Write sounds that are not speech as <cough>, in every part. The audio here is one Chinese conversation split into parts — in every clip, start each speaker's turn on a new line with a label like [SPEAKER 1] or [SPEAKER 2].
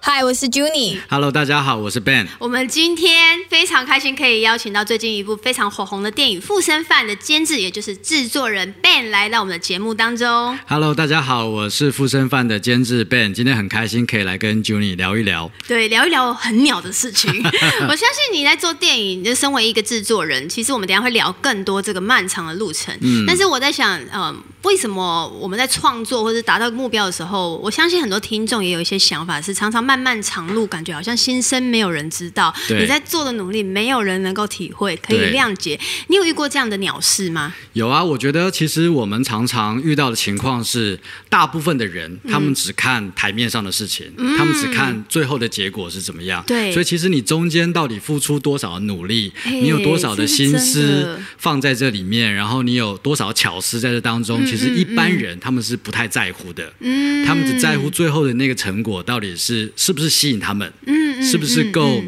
[SPEAKER 1] 嗨，我是 Juni，
[SPEAKER 2] Hello，大家好，我是 Ben。
[SPEAKER 3] 我们今天非常开心，可以邀请到最近一部非常火红的电影《附身犯》的监制，也就是制作人 Ben 来到我们的节目当中。
[SPEAKER 2] Hello，大家好，我是附身犯的监制 Ben。今天很开心可以来跟 Juni 聊一聊。
[SPEAKER 3] 对，聊一聊很鸟的事情。 <laughs> 我相信你在做电影，就身为一个制作人，其实我们等一下会聊更多这个漫长的路程。但是我在想，嗯、为什么我们在创作或者达到目标的时候，我相信很多听众也有一些想法，是常常漫漫长路，感觉好像心声没有人知道，
[SPEAKER 2] 对
[SPEAKER 3] 你在做的努力没有人能够体会，可以
[SPEAKER 2] 对
[SPEAKER 3] 谅解。你有遇过这样的鸟事吗？
[SPEAKER 2] 有啊，我觉得其实我们常常遇到的情况是，大部分的人他们只看台面上的事情，他们只看最后的结果是怎么样。
[SPEAKER 3] 对
[SPEAKER 2] 所以其实你中间到底付出多少的努力，
[SPEAKER 3] 嘿
[SPEAKER 2] 你有多少的心
[SPEAKER 3] 这是真
[SPEAKER 2] 思
[SPEAKER 3] 的
[SPEAKER 2] 放在这里面，然后你有多少巧思在这当中，其实一般人他们是不太在乎的。嗯，他们只在乎最后的那个成果到底是是不是吸引他们，嗯，是不是够、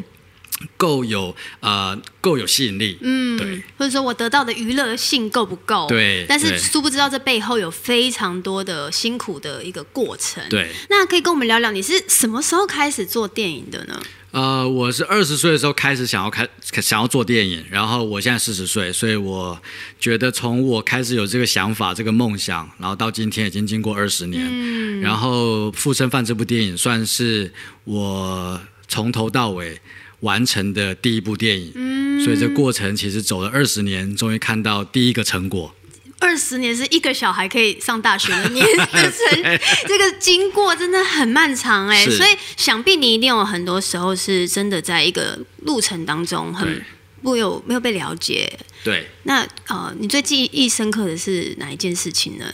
[SPEAKER 2] 够有呃够有吸引力？嗯，对。
[SPEAKER 3] 或者说我得到的娱乐性够不够？
[SPEAKER 2] 对
[SPEAKER 3] 但是
[SPEAKER 2] 对
[SPEAKER 3] 殊不知道这背后有非常多的辛苦的一个过程。
[SPEAKER 2] 对，
[SPEAKER 3] 那可以跟我们聊聊你是什么时候开始做电影的呢？
[SPEAKER 2] 呃，我是二十岁的时候开始想要开想要做电影，然后我现在四十岁，所以我觉得从我开始有这个想法、这个梦想，然后到今天已经经过二十年，然后《附身犯》这部电影算是我从头到尾完成的第一部电影，所以这过程其实走了二十年，终于看到第一个成果。
[SPEAKER 3] 二十年是一个小孩可以上大学的年
[SPEAKER 2] <laughs>
[SPEAKER 3] 的成，这个经过真的很漫长哎、
[SPEAKER 2] 是
[SPEAKER 3] 所以想必你一定有很多时候是真的在一个路程当中很
[SPEAKER 2] 对
[SPEAKER 3] 不有没有被了解。
[SPEAKER 2] 对，
[SPEAKER 3] 那呃，你最记忆深刻的是哪一件事情呢？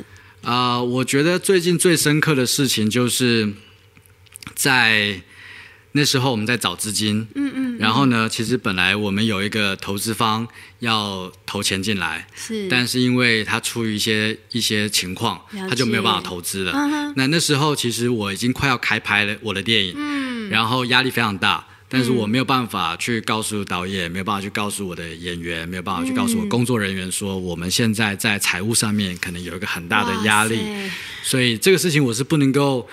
[SPEAKER 2] 啊、我觉得最近最深刻的事情就是在那时候我们在找资金，嗯嗯，然后呢，其实本来我们有一个投资方要投钱进来，
[SPEAKER 3] 是
[SPEAKER 2] 但是因为他出于一些一些情况
[SPEAKER 3] 嗯了解，嗯
[SPEAKER 2] 他就没有办法投资了。那那时候其实我已经快要开拍了我的电影，
[SPEAKER 3] 嗯
[SPEAKER 2] 然后压力非常大。但是我没有办法去告诉导演，没有办法去告诉我的演员，没有办法去告
[SPEAKER 3] 嗯
[SPEAKER 2] 诉我工作人员说，我们现在在财务上面可能有一个很大的压力
[SPEAKER 3] 哇，塞
[SPEAKER 2] 所以这个事情我是不能够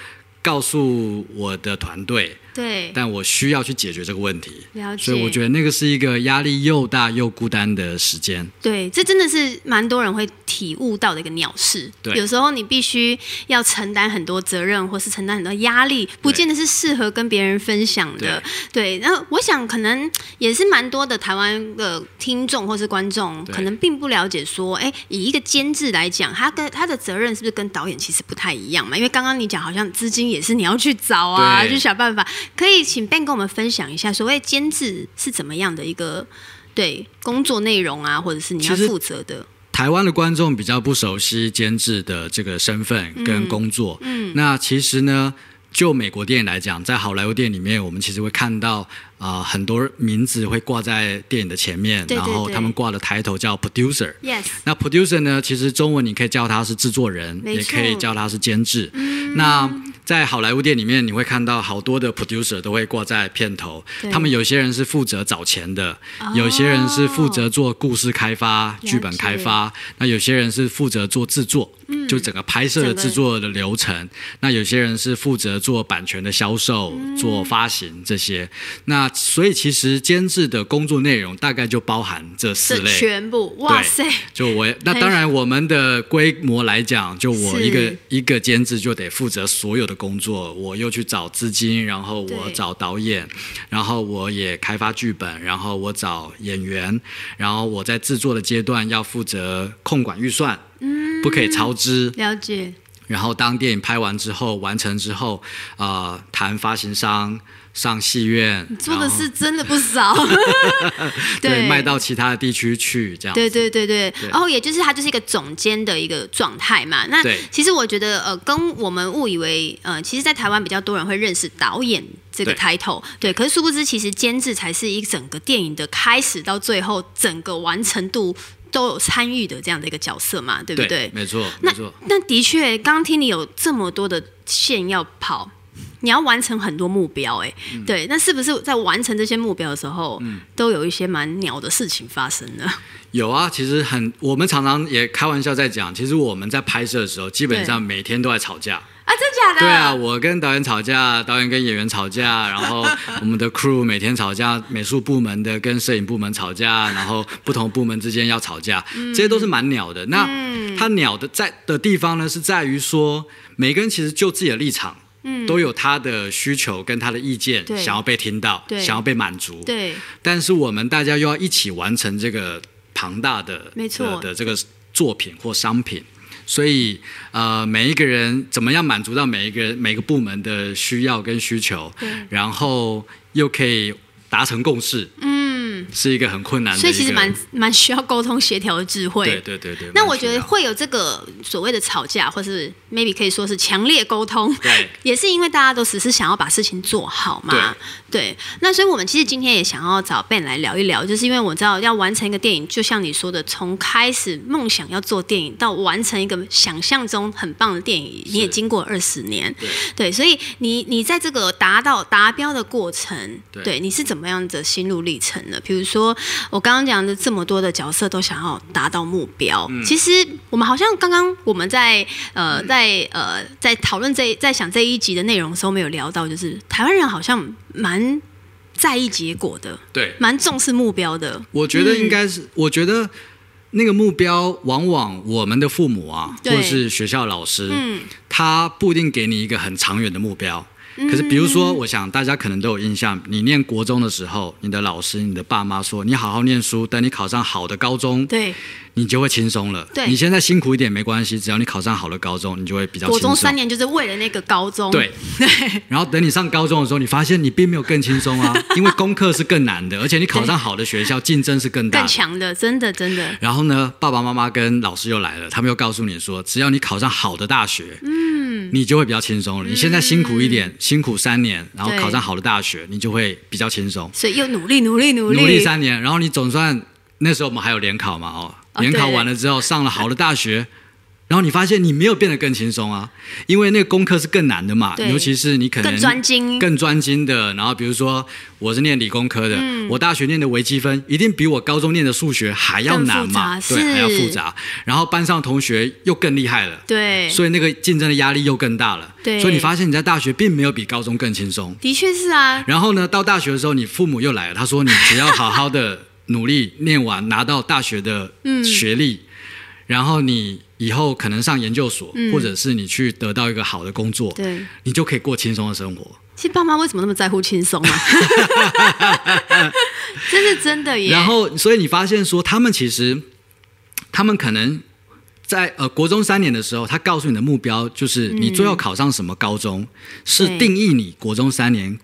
[SPEAKER 2] 告诉我的团队，
[SPEAKER 3] 对，
[SPEAKER 2] 但我需要去解决这个问题。
[SPEAKER 3] 了解。
[SPEAKER 2] 所以我觉得那个是一个压力又大又孤单的时间。
[SPEAKER 3] 对，这真的是蛮多人会体悟到的一个鸟事。
[SPEAKER 2] 对
[SPEAKER 3] 有时候你必须要承担很多责任，或是承担很多压力，不见得是适合跟别人分享的。对，那我想可能也是蛮多的台湾的听众或是观众，
[SPEAKER 2] 对
[SPEAKER 3] 可能并不了解说，哎，以一个监制来讲，他跟他的责任是不是跟导演其实不太一样嘛？因为刚刚你讲好像资金也是你要去找啊，
[SPEAKER 2] 对
[SPEAKER 3] 去想办法。可以请 Ben 跟我们分享一下，所谓监制是怎么样的一个对工作内容啊，或者是你要
[SPEAKER 2] 其实
[SPEAKER 3] 负责的？
[SPEAKER 2] 台湾的观众比较不熟悉监制的这个身份跟工作。嗯，那其实呢，就美国电影来讲，在好莱坞电影里面，我们其实会看到啊、呃很多名字会挂在电影的前面，
[SPEAKER 3] 对对
[SPEAKER 2] 然后他们挂的抬头叫 producer。
[SPEAKER 3] Yes，
[SPEAKER 2] 那 producer 呢，其实中文你可以叫他是制作人，
[SPEAKER 3] 没
[SPEAKER 2] 也
[SPEAKER 3] 错嗯
[SPEAKER 2] 可以叫他是监制。那在好莱坞店里面，你会看到好多的 producer 都会挂在片头
[SPEAKER 3] 对，哦
[SPEAKER 2] 他们有些人是负责找钱的，有些人是负责做故事开发、
[SPEAKER 3] 解
[SPEAKER 2] 剧本开发，那有些人是负责做制作，
[SPEAKER 3] 嗯
[SPEAKER 2] 就整个拍摄的
[SPEAKER 3] 整个
[SPEAKER 2] 制作的流程。那有些人是负责做版权的销售、
[SPEAKER 3] 嗯
[SPEAKER 2] 做发行这些。那所以其实监制的工作内容大概就包含这四
[SPEAKER 3] 这
[SPEAKER 2] 类。
[SPEAKER 3] 全部，哇
[SPEAKER 2] 对
[SPEAKER 3] 塞，
[SPEAKER 2] 就我也，那当然，我们的规模来讲，就我
[SPEAKER 3] 是
[SPEAKER 2] 一个一个监制就得负责所有的工作，我又去找资金，然后我
[SPEAKER 3] 对
[SPEAKER 2] 找导演，然后我也开发剧本，然后我找演员，然后我在制作的阶段要负责控管预算，
[SPEAKER 3] 嗯
[SPEAKER 2] 不可以超支，
[SPEAKER 3] 了解，
[SPEAKER 2] 然后当电影拍完之后，完成之后，啊、谈发行商。上戏院
[SPEAKER 3] 做的
[SPEAKER 2] 然后
[SPEAKER 3] 事真的不
[SPEAKER 2] <laughs>
[SPEAKER 3] 少。
[SPEAKER 2] 对
[SPEAKER 3] 对
[SPEAKER 2] 卖到其他的地区去，这样
[SPEAKER 3] 对对对对，
[SPEAKER 2] 对
[SPEAKER 3] 然后也就是它就是一个总监的一个状态嘛。那
[SPEAKER 2] 对
[SPEAKER 3] 其实我觉得呃，跟我们误以为呃，其实，在台湾比较多人会认识导演这个
[SPEAKER 2] 对
[SPEAKER 3] title，对可是殊不知，其实监制才是一整个电影的开始到最后整个完成度。都有参与的这样的一个角色嘛，对不对？
[SPEAKER 2] 没错，没
[SPEAKER 3] 那
[SPEAKER 2] 错。
[SPEAKER 3] 那的确，刚刚听你有这么多的线要跑，你要完成很多目标、哎、
[SPEAKER 2] 嗯
[SPEAKER 3] 对，那是不是在完成这些目标的时候，都有一些蛮鸟的事情发生呢？
[SPEAKER 2] 有啊，其实很，我们常常也开玩笑在讲，其实我们在拍摄的时候，基本上每天都在吵架。
[SPEAKER 3] 啊，真假的？
[SPEAKER 2] 对啊，我跟导演吵架，导演跟演员吵架，
[SPEAKER 3] <laughs>
[SPEAKER 2] 然后我们的 crew 每天吵架，美术部门的跟摄影部门吵架，然后不同部门之间要吵架，
[SPEAKER 3] 嗯
[SPEAKER 2] 这些都是蛮鸟的。那、它鸟的在的地方呢，是在于说每个人其实就自己的立场。都有他的需求跟他的意见，
[SPEAKER 3] 嗯对
[SPEAKER 2] 想要被听到，
[SPEAKER 3] 对
[SPEAKER 2] 想要被满足。
[SPEAKER 3] 对，
[SPEAKER 2] 但是我们大家又要一起完成这个庞大的呃
[SPEAKER 3] 没错
[SPEAKER 2] 的的这个作品或商品，所以呃，每一个人怎么样满足到每一个人每个部门的需要跟需求，然后又可以达成共识，嗯，是一个很困难的一
[SPEAKER 3] 所
[SPEAKER 2] 个，
[SPEAKER 3] 以其实蛮蛮需要沟通协调的智慧。
[SPEAKER 2] 对对对对。
[SPEAKER 3] 那
[SPEAKER 2] 蛮
[SPEAKER 3] 我
[SPEAKER 2] 需
[SPEAKER 3] 觉得
[SPEAKER 2] 要
[SPEAKER 3] 会有这个所谓的吵架，或是 maybe 可以说是强烈沟通，
[SPEAKER 2] 对
[SPEAKER 3] 也是因为大家都只是想要把事情做好嘛。对，那所以我们其实今天也想要找 Ben 来聊一聊，就是因为我知道要完成一个电影，就像你说的，从开始梦想要做电影到完成一个想象中很棒的电影，你也经过二十年。
[SPEAKER 2] 对
[SPEAKER 3] 对，所以你你在这个达到达标的过程，
[SPEAKER 2] 对
[SPEAKER 3] 你是怎么样的心路历程呢？比如说我刚刚讲的这么多的角色都想要达到目标，
[SPEAKER 2] 嗯
[SPEAKER 3] 其实我们好像刚刚我们在呃在呃在讨论这在想这一集的内容的时候，没有聊到，就是台湾人好像蛮在意结果的，
[SPEAKER 2] 对，
[SPEAKER 3] 蛮重视目标的。
[SPEAKER 2] 我觉
[SPEAKER 3] 嗯
[SPEAKER 2] 得应该是，我觉得那个目标往往我们的父母啊，或
[SPEAKER 3] 对
[SPEAKER 2] 者是学校老师，
[SPEAKER 3] 嗯
[SPEAKER 2] 他不一定给你一个很长远的目标。
[SPEAKER 3] 嗯
[SPEAKER 2] 可是，比如说，我想大家可能都有印象，你念国中的时候，你的老师、你的爸妈说，你好好念书，等你考上好的高中，
[SPEAKER 3] 对，
[SPEAKER 2] 你就会轻松了。
[SPEAKER 3] 对
[SPEAKER 2] 你现在辛苦一点没关系，只要你考上好的高中，你就会比较轻
[SPEAKER 3] 国
[SPEAKER 2] 松。
[SPEAKER 3] 中三年就是为了那个高中， <laughs>
[SPEAKER 2] 对，然后等你上高中的时候，你发现你并没有更轻松啊，因为功课是更难的，而且你考上好的学校，竞争是更大
[SPEAKER 3] 更
[SPEAKER 2] 的。
[SPEAKER 3] 强的，真的真的，
[SPEAKER 2] 然后呢，爸爸妈妈跟老师又来了，他们又告诉你说，只要你考上好的大学，嗯，你就会比较轻松了。你现在辛苦一点，辛苦三年，然后
[SPEAKER 3] 对
[SPEAKER 2] 考上好的大学，你就会比较轻松。
[SPEAKER 3] 所以又努力努力努力
[SPEAKER 2] 努力三年，然后你总算那时候我们还有联考嘛，哦，
[SPEAKER 3] 哦
[SPEAKER 2] 联考完了之后上了好的大学。然后你发现你没有变得更轻松啊，因为那个功课是更难的嘛，
[SPEAKER 3] 对
[SPEAKER 2] 尤其是你可能
[SPEAKER 3] 更专精
[SPEAKER 2] 更专精的。然后比如说我是念理工科的，
[SPEAKER 3] 嗯
[SPEAKER 2] 我大学念的微积分一定比我高中念的数学还要难嘛，
[SPEAKER 3] 更复杂
[SPEAKER 2] 对，
[SPEAKER 3] 是
[SPEAKER 2] 还要复杂。然后班上同学又更厉害了，
[SPEAKER 3] 对，
[SPEAKER 2] 所以那个竞争的压力又更大了。
[SPEAKER 3] 对
[SPEAKER 2] 所以你发现你在大学并没有比高中更轻松，
[SPEAKER 3] 的确是啊，
[SPEAKER 2] 然后呢，到大学的时候，你父母又来了，他说你只要好好的努力念完，拿到大学的学历，
[SPEAKER 3] 嗯
[SPEAKER 2] 然后你以后可能上研究所，或者是你去得到一个好的工作，
[SPEAKER 3] 对。
[SPEAKER 2] 你就可以过轻松的生活。
[SPEAKER 3] 其实爸妈为什么那么在乎轻松
[SPEAKER 2] <laughs>
[SPEAKER 3] 啊？这是真的耶。
[SPEAKER 2] 然后，所以你发现说，他们其实，他们可能在呃国中三年的时候，他告诉你的目标就是你最后考上什么高中，是
[SPEAKER 3] 嗯对
[SPEAKER 2] 定义你国中三年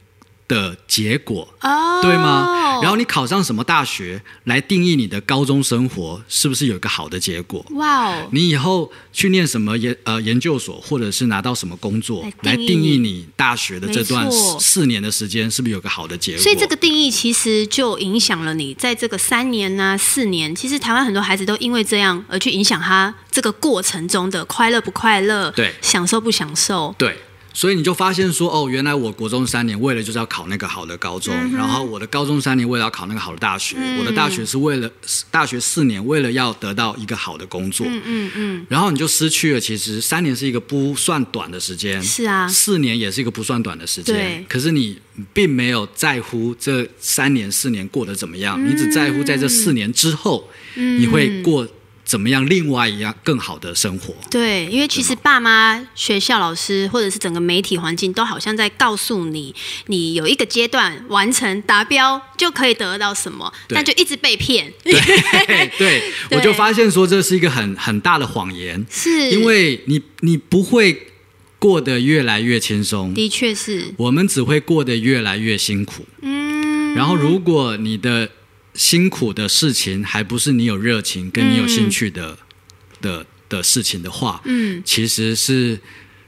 [SPEAKER 2] 的结果。
[SPEAKER 3] 哦，
[SPEAKER 2] 对吗？然后你考上什么大学来定义你的高中生活是不是有一个好的结果？
[SPEAKER 3] 哇哦，
[SPEAKER 2] 你以后去念什么研呃研究所，或者是拿到什么工作，来
[SPEAKER 3] 来定义
[SPEAKER 2] 定义你大学的这段
[SPEAKER 3] 没错
[SPEAKER 2] 四年的时间是不是有个好的结果？
[SPEAKER 3] 所以这个定义其实就影响了你在这个三年呐、四年。其实台湾很多孩子都因为这样而去影响他这个过程中的快乐不快乐，
[SPEAKER 2] 对
[SPEAKER 3] 享受不享受，
[SPEAKER 2] 对，所以你就发现说，哦，原来我国中三年为了就是要考那个好的高中，然后我的高中三年为了要考那个好的大学，我的大学是为了大学四年为了要得到一个好的工作，嗯嗯嗯，然后你就失去了，其实三年是一个不算短的时间，
[SPEAKER 3] 是啊
[SPEAKER 2] 四年也是一个不算短的时间
[SPEAKER 3] 对，
[SPEAKER 2] 可是你并没有在乎这三年四年过得怎么样，你只在乎在这四年之后、你会过怎么样另外一样更好的生活。
[SPEAKER 3] 对，因为其实爸妈、学校老师或者是整个媒体环境都好像在告诉你，你有一个阶段完成达标就可以得到什么，
[SPEAKER 2] 对
[SPEAKER 3] 但就一直被骗。 <laughs>
[SPEAKER 2] 对，对
[SPEAKER 3] 对
[SPEAKER 2] 我就发现说这是一个很很大的谎言，
[SPEAKER 3] 是
[SPEAKER 2] 因为你你不会过得越来越轻松，
[SPEAKER 3] 的确是，
[SPEAKER 2] 我们只会过得越来越辛苦。嗯，然后如果你的辛苦的事情还不是你有热情跟你有兴趣的、的的事情的话，
[SPEAKER 3] 嗯，
[SPEAKER 2] 其实是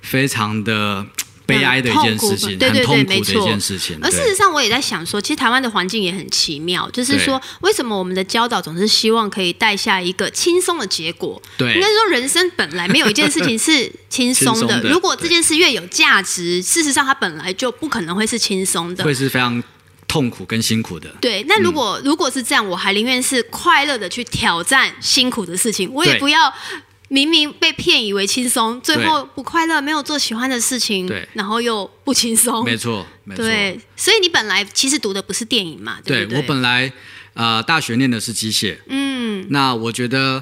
[SPEAKER 2] 非常的。悲哀的一件事情，
[SPEAKER 3] 对对对，
[SPEAKER 2] 很
[SPEAKER 3] 没
[SPEAKER 2] 痛苦的一
[SPEAKER 3] 错。
[SPEAKER 2] 件事情。
[SPEAKER 3] 而
[SPEAKER 2] 嗯对
[SPEAKER 3] 事实上，我也在想说，其实台湾的环境也很奇妙，就是说，为什么我们的教导总是希望可以带下一个轻松的结果？
[SPEAKER 2] 对
[SPEAKER 3] 应该说人生本来没有一件事情是
[SPEAKER 2] <laughs>
[SPEAKER 3] 轻松
[SPEAKER 2] 轻
[SPEAKER 3] 的。
[SPEAKER 2] 松的
[SPEAKER 3] 如果这件事越有价值，事实上它本来就不可能会是轻松的
[SPEAKER 2] 会。嗯是非常痛苦跟辛苦的。
[SPEAKER 3] 对，那如果、如果是这样，我还宁愿是快乐的去挑战辛苦的事情，我也
[SPEAKER 2] 对
[SPEAKER 3] 不要明明被骗以为轻松，最
[SPEAKER 2] 对
[SPEAKER 3] 后不快乐，没有做喜欢的事情
[SPEAKER 2] 对，
[SPEAKER 3] 然后又不轻松。
[SPEAKER 2] 没错，没错。
[SPEAKER 3] 对，所以你本来其实读的不是电影嘛，
[SPEAKER 2] 对
[SPEAKER 3] 不对？
[SPEAKER 2] 我本来呃大学念的是机械，
[SPEAKER 3] 嗯，
[SPEAKER 2] 那我觉得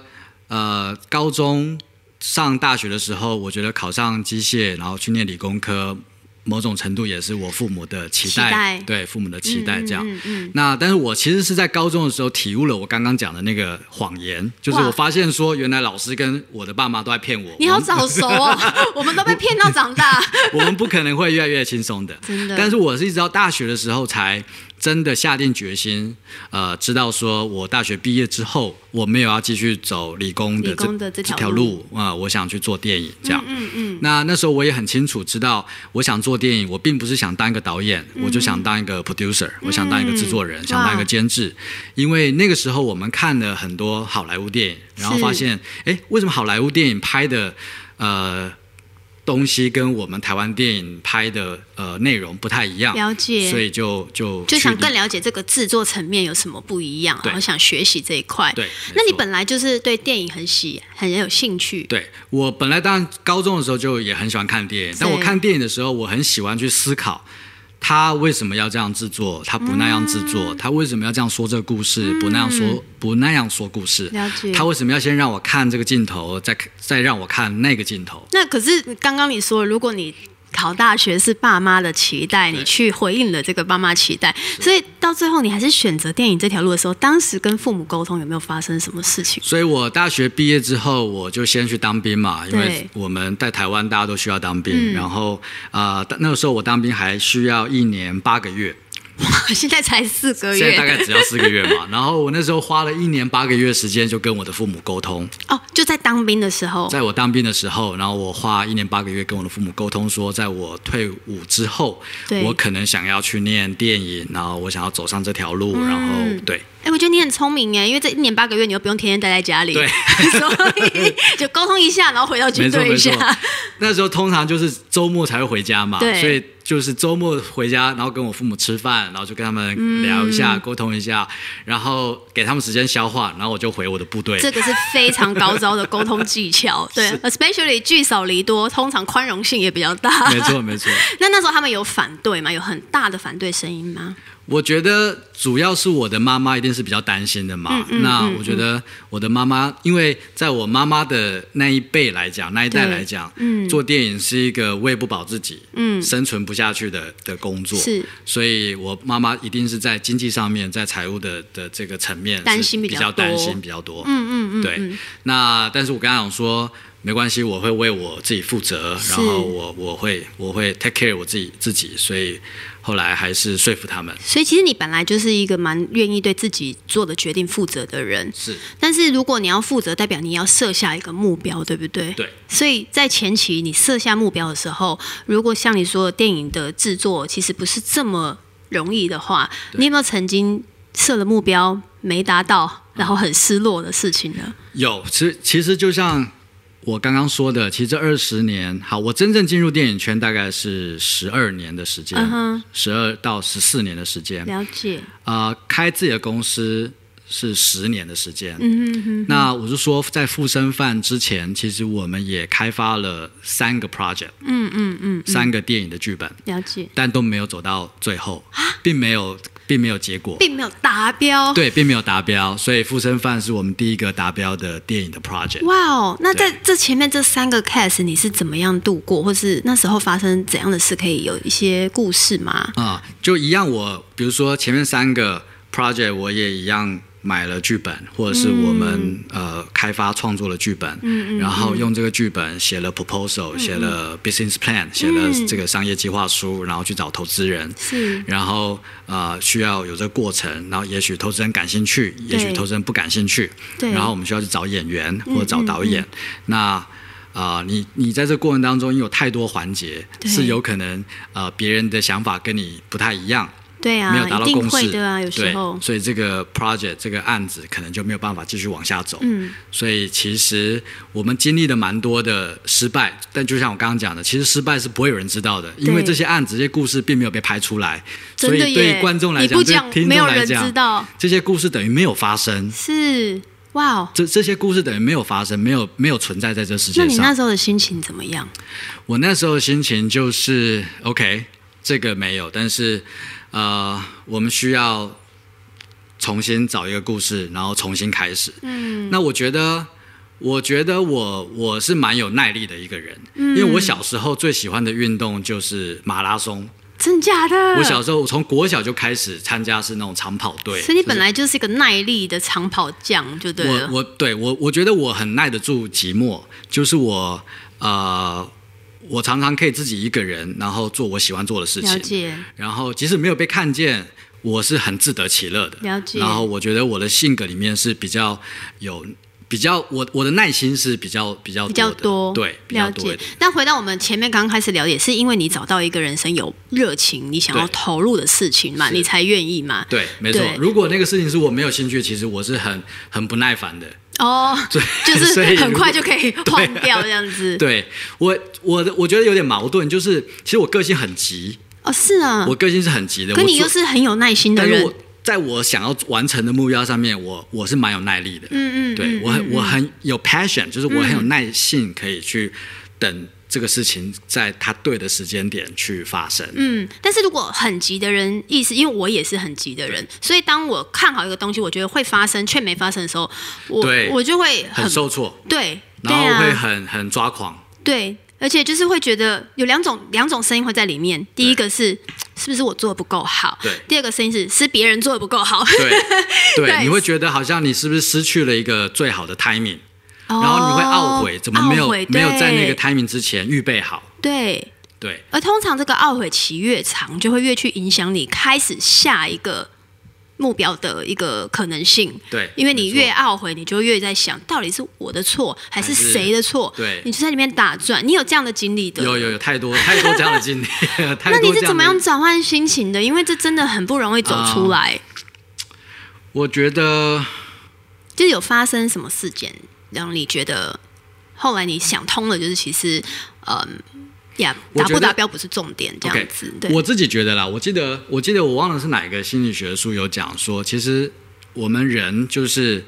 [SPEAKER 2] 呃高中上大学的时候，我觉得考上机械，然后去念理工科，某种程度也是我父母的期待，
[SPEAKER 3] 期待
[SPEAKER 2] 对父母的期待这样。
[SPEAKER 3] 嗯嗯
[SPEAKER 2] 那但是我其实是在高中的时候体悟了我刚刚讲的那个谎言，就是
[SPEAKER 3] 哇
[SPEAKER 2] 我发现说原来老师跟我的爸妈都在骗我，
[SPEAKER 3] 你
[SPEAKER 2] 我
[SPEAKER 3] 好
[SPEAKER 2] 们
[SPEAKER 3] 早熟哦，
[SPEAKER 2] <laughs>
[SPEAKER 3] 我们都被骗到长大。
[SPEAKER 2] 我们不可能会越来越轻松的。
[SPEAKER 3] 真的
[SPEAKER 2] 但是我是一直到大学的时候才真的下定决心，呃，知道说我大学毕业之后，我没有要继续走理工的
[SPEAKER 3] 理工的这条
[SPEAKER 2] 条路啊、我想去做电影这样。
[SPEAKER 3] 嗯嗯，
[SPEAKER 2] 那那时候我也很清楚知道，我想做电影，我并不是想当一个导演，
[SPEAKER 3] 嗯
[SPEAKER 2] 我就想当一个 producer，、我想当一个制作人，想当一个监制。因为那个时候我们看了很多好莱坞电影，然后发现，哎，为什么好莱坞电影拍的呃东西跟我们台湾电影拍的呃内容不太一样？
[SPEAKER 3] 了解
[SPEAKER 2] 所以就就
[SPEAKER 3] 就想
[SPEAKER 2] 去
[SPEAKER 3] 更了解这个制作层面有什么不一样，
[SPEAKER 2] 对
[SPEAKER 3] 然后想学习这一块。
[SPEAKER 2] 对没
[SPEAKER 3] 那你
[SPEAKER 2] 错
[SPEAKER 3] 本来就是对电影很喜很有兴趣。
[SPEAKER 2] 对我本来当然高中的时候就也很喜欢看电影，但我
[SPEAKER 3] 对
[SPEAKER 2] 看电影的时候，我很喜欢去思考。他为什么要这样制作？他不那样制
[SPEAKER 3] 嗯
[SPEAKER 2] 作？他为什么要这样说这个故事？不那样说，不那样说故事？
[SPEAKER 3] 了解
[SPEAKER 2] 他为什么要先让我看这个镜头，再再让我看那个镜头？
[SPEAKER 3] 那可是刚刚你说，如果你考大学是爸妈的期待，你去回应了这个爸妈期待，所以到最后你还是选择电影这条路的时候，当时跟父母沟通有没有发生什么事情？
[SPEAKER 2] 所以我大学毕业之后，我就先去当兵嘛，因为
[SPEAKER 3] 对嗯
[SPEAKER 2] 我们在台湾大家都需要当兵。然后啊、呃那个时候我当兵还需要一年八个月。
[SPEAKER 3] 现在才四个
[SPEAKER 2] 现
[SPEAKER 3] 月，
[SPEAKER 2] 在大概只要四个月
[SPEAKER 3] <laughs>
[SPEAKER 2] 嘛。然后我那时候花了一年八个月时间，就跟我的父母沟通。
[SPEAKER 3] 哦，就在当兵的时候，
[SPEAKER 2] 在我当兵的时候，然后我花一年八个月跟我的父母沟通，说在我退伍之后
[SPEAKER 3] 对，
[SPEAKER 2] 我可能想要去念电影，然后我想要走上这条
[SPEAKER 3] 嗯
[SPEAKER 2] 路，然后对。
[SPEAKER 3] 哎、我觉得你很聪明哎，因为这一年八个月你又不用天天待在家里，
[SPEAKER 2] 对
[SPEAKER 3] <laughs> 所以 <laughs> 就沟通一下，然后回到
[SPEAKER 2] 没
[SPEAKER 3] 军
[SPEAKER 2] 错
[SPEAKER 3] 队
[SPEAKER 2] 没
[SPEAKER 3] 一
[SPEAKER 2] 错
[SPEAKER 3] 下。，
[SPEAKER 2] 那时候通常就是周末才会回家嘛，
[SPEAKER 3] 对
[SPEAKER 2] 所以就是周末回家，然后跟我父母吃饭，然后就跟他们聊一
[SPEAKER 3] 嗯
[SPEAKER 2] 下、沟通一下，然后给他们时间消化，然后我就回我的部队。
[SPEAKER 3] 这个是非常高招的沟通技巧，对，especially 聚少离多，通常宽容性也比较大。
[SPEAKER 2] 没错没错。
[SPEAKER 3] 那那时候他们有反对吗？有很大的反对声音吗？
[SPEAKER 2] 我觉得主要是我的妈妈一定是比较担心的嘛。
[SPEAKER 3] 嗯
[SPEAKER 2] 那我觉得我的妈妈，因为在我妈妈的那一辈来讲，那一代
[SPEAKER 3] 对嗯
[SPEAKER 2] 来讲，做电影是一个喂不饱自己、生存不下去的的工作。
[SPEAKER 3] 是，
[SPEAKER 2] 所以我妈妈一定是在经济上面，在财务的的这个层面
[SPEAKER 3] 担心
[SPEAKER 2] 是
[SPEAKER 3] 比
[SPEAKER 2] 比
[SPEAKER 3] 较
[SPEAKER 2] 较担
[SPEAKER 3] 多
[SPEAKER 2] 心比较多。嗯嗯嗯，对。那但是我刚刚讲说。没关系，我会为我自己负责，然后我我会我会 take care 我自己自己，所以后来还是说服他们。
[SPEAKER 3] 所以其实你本来就是一个蛮愿意对自己做的决定负责的人，
[SPEAKER 2] 是 <laughs>
[SPEAKER 3] 但是如果你要负责，代表你要设下一个目标，对不对？
[SPEAKER 2] 对。
[SPEAKER 3] 所以在前期你设下目标的时候，如果像你说的电影的制作其实不是这么容易的话，你有没有曾经设了目标没达到，然后很失落的事情呢？
[SPEAKER 2] 有，其实其实就像我刚刚说的，其实这二十年，好，我真正进入电影圈大概是十二年的时间
[SPEAKER 3] 嗯哼，
[SPEAKER 2] 十二、到十四年的时间，
[SPEAKER 3] 了解，
[SPEAKER 2] 啊，开自己的公司是十年的时间。
[SPEAKER 3] 嗯哼哼，
[SPEAKER 2] 那我是说，在富生饭之前，其实我们也开发了三个 project，
[SPEAKER 3] 嗯嗯嗯，
[SPEAKER 2] 三个电影的剧本，
[SPEAKER 3] 了解，
[SPEAKER 2] 但都没有走到最后，
[SPEAKER 3] 啊
[SPEAKER 2] 并没有，并没有结果。
[SPEAKER 3] 并没有达标。
[SPEAKER 2] <laughs> 对，并没有达标，所以《富生饭》是我们第一个达标的电影的 project。
[SPEAKER 3] 哇哦，那在
[SPEAKER 2] 对
[SPEAKER 3] 这前面这三个 case 你是怎么样度过，或是那时候发生怎样的事，可以有一些故事吗？
[SPEAKER 2] 啊、就一样我。比如说前面三个 project，我也一样买了剧本，或者是我们、呃开发创作了剧本，然后用这个剧本写了 proposal，、写了 business plan，写了这个商业计划书，然后去找投资人。
[SPEAKER 3] 是
[SPEAKER 2] 然后呃，需要有这个过程，然后也许投资人感兴趣，也许
[SPEAKER 3] 对
[SPEAKER 2] 投资人不感兴趣，
[SPEAKER 3] 对嗯
[SPEAKER 2] 然后我们需要去找演员或者找导演。那啊、你你在这过程当中，因为有太多环节
[SPEAKER 3] 对
[SPEAKER 2] 是有可能呃别人的想法跟你不太一样，
[SPEAKER 3] 对啊，
[SPEAKER 2] 没有达
[SPEAKER 3] 一
[SPEAKER 2] 到
[SPEAKER 3] 定
[SPEAKER 2] 共识，
[SPEAKER 3] 会的啊，有时
[SPEAKER 2] 对
[SPEAKER 3] 候，
[SPEAKER 2] 所以这个 project 这个案子可能就没有办法继续往下走。
[SPEAKER 3] 嗯，
[SPEAKER 2] 所以其实我们经历了蛮多的失败，但就像我刚刚讲的，其实失败是不会有人知道的，因为
[SPEAKER 3] 对
[SPEAKER 2] 这些案子、这些故事并没有被拍出来，
[SPEAKER 3] 真
[SPEAKER 2] 所
[SPEAKER 3] 的
[SPEAKER 2] 以对
[SPEAKER 3] 耶
[SPEAKER 2] 于观众来
[SPEAKER 3] 你
[SPEAKER 2] 讲，
[SPEAKER 3] 不
[SPEAKER 2] 对
[SPEAKER 3] 讲
[SPEAKER 2] 听
[SPEAKER 3] 没有
[SPEAKER 2] 众来
[SPEAKER 3] 人
[SPEAKER 2] 讲，
[SPEAKER 3] 知道
[SPEAKER 2] 这些故事等于没有发生。
[SPEAKER 3] 是哇哦。
[SPEAKER 2] 这这些故事等于没有发生，没有没有存在在这世
[SPEAKER 3] 那
[SPEAKER 2] 界
[SPEAKER 3] 你那
[SPEAKER 2] 上。
[SPEAKER 3] 时候的心情怎么样？
[SPEAKER 2] 我那时候的心情就是 OK，这个没有，但是呃，我们需要重新找一个故事，然后重新开始。
[SPEAKER 3] 嗯，
[SPEAKER 2] 那我觉得，我觉得我我是蛮有耐力的一个人，
[SPEAKER 3] 嗯
[SPEAKER 2] 因为我小时候最喜欢的运动就是马拉松。
[SPEAKER 3] 真假的？
[SPEAKER 2] 我小时候我从国小就开始参加是那种长跑队，
[SPEAKER 3] 所以你
[SPEAKER 2] 就是
[SPEAKER 3] 本来就是一个耐力的长跑将，就对啊了。
[SPEAKER 2] 我我对我我觉得我很耐得住寂寞，就是我呃，我常常可以自己一个人，然后做我喜欢做的事
[SPEAKER 3] 了
[SPEAKER 2] 情，
[SPEAKER 3] 解，
[SPEAKER 2] 然后即使没有被看见，我是很自得其乐的。
[SPEAKER 3] 了解
[SPEAKER 2] 然后我觉得我的性格里面是比较有比较，我我的耐心是比较比较
[SPEAKER 3] 比较
[SPEAKER 2] 的
[SPEAKER 3] 多，
[SPEAKER 2] 对，比较
[SPEAKER 3] 了
[SPEAKER 2] 多一
[SPEAKER 3] 解
[SPEAKER 2] 点。。
[SPEAKER 3] 但回到我们前面刚开始聊，也是因为你找到一个人生有热情，你想要
[SPEAKER 2] 对
[SPEAKER 3] 投入的事情嘛，
[SPEAKER 2] 是
[SPEAKER 3] 你才愿意嘛。
[SPEAKER 2] 对，没错
[SPEAKER 3] 对。
[SPEAKER 2] 如果那个事情是我没有兴趣，其实我是很很不耐烦的。
[SPEAKER 3] 哦，
[SPEAKER 2] 对，
[SPEAKER 3] <laughs> 就是
[SPEAKER 2] <laughs> 所以
[SPEAKER 3] 很
[SPEAKER 2] 如
[SPEAKER 3] 快
[SPEAKER 2] 果啊
[SPEAKER 3] 就可
[SPEAKER 2] <laughs>
[SPEAKER 3] 以换掉这样子。，
[SPEAKER 2] 对我，我的我觉得有点矛盾，就是其实我个性很急，
[SPEAKER 3] 哦，是啊
[SPEAKER 2] 我。个性是很急的。
[SPEAKER 3] 可你
[SPEAKER 2] 我做
[SPEAKER 3] 又是很有耐心的
[SPEAKER 2] 但是我
[SPEAKER 3] 人，
[SPEAKER 2] 在我想要完成的目标上面，我我是蛮有耐力的。
[SPEAKER 3] 嗯嗯
[SPEAKER 2] 对
[SPEAKER 3] 嗯
[SPEAKER 2] 我很我很有 passion，就是我很有耐性，可以去等这个事情在它对的时间点去发生。
[SPEAKER 3] 嗯，但是如果很急的人，意思因为我也是很急的人，所以当我看好一个东西，我觉得会发生却没发生的时候，我
[SPEAKER 2] 对
[SPEAKER 3] 我就会
[SPEAKER 2] 很受挫，
[SPEAKER 3] 对，对
[SPEAKER 2] 然后会
[SPEAKER 3] 啊，
[SPEAKER 2] 很很
[SPEAKER 3] <laughs>
[SPEAKER 2] 抓狂。
[SPEAKER 3] 对，而且就是会觉得有两种两种声音会在里面，第一个是是不是我做的不够好，
[SPEAKER 2] 对
[SPEAKER 3] 第二个声音是是别人做的不够好，
[SPEAKER 2] 对
[SPEAKER 3] 对
[SPEAKER 2] 对，你会觉得好像你是不是失去了一个最好的 timing，然后你会
[SPEAKER 3] 哦
[SPEAKER 2] 懊悔，怎么没有
[SPEAKER 3] 懊悔
[SPEAKER 2] 没有在那个
[SPEAKER 3] 对
[SPEAKER 2] timing 之前预备好？
[SPEAKER 3] 对。
[SPEAKER 2] 对，
[SPEAKER 3] 而通常这个懊悔期越长，就会越去影响你开始下一个目标的一个可能性。
[SPEAKER 2] 对
[SPEAKER 3] 因为你
[SPEAKER 2] 没错
[SPEAKER 3] 越懊悔，你就越在想，到底是我的错还是
[SPEAKER 2] 还是
[SPEAKER 3] 谁的错？
[SPEAKER 2] 对
[SPEAKER 3] 你就在里面打转。你有这样的经历的？
[SPEAKER 2] 有有有太多太多这样的经历， <laughs> 太
[SPEAKER 3] 那
[SPEAKER 2] 多
[SPEAKER 3] 你
[SPEAKER 2] 这
[SPEAKER 3] 是
[SPEAKER 2] 样
[SPEAKER 3] 怎么
[SPEAKER 2] 的
[SPEAKER 3] 样转换心情的？因为这真的很不容易走出来。
[SPEAKER 2] 啊我觉得
[SPEAKER 3] 就是有发生什么事件让你觉得后来你想通了，就是其实，嗯，呀，
[SPEAKER 2] 我
[SPEAKER 3] 达
[SPEAKER 2] 觉
[SPEAKER 3] 不
[SPEAKER 2] 得
[SPEAKER 3] 达标不是重点，这样子。对，
[SPEAKER 2] 我自己觉得啦，我记得我记得我忘了是哪一个心理学书有讲说，其实我们人就是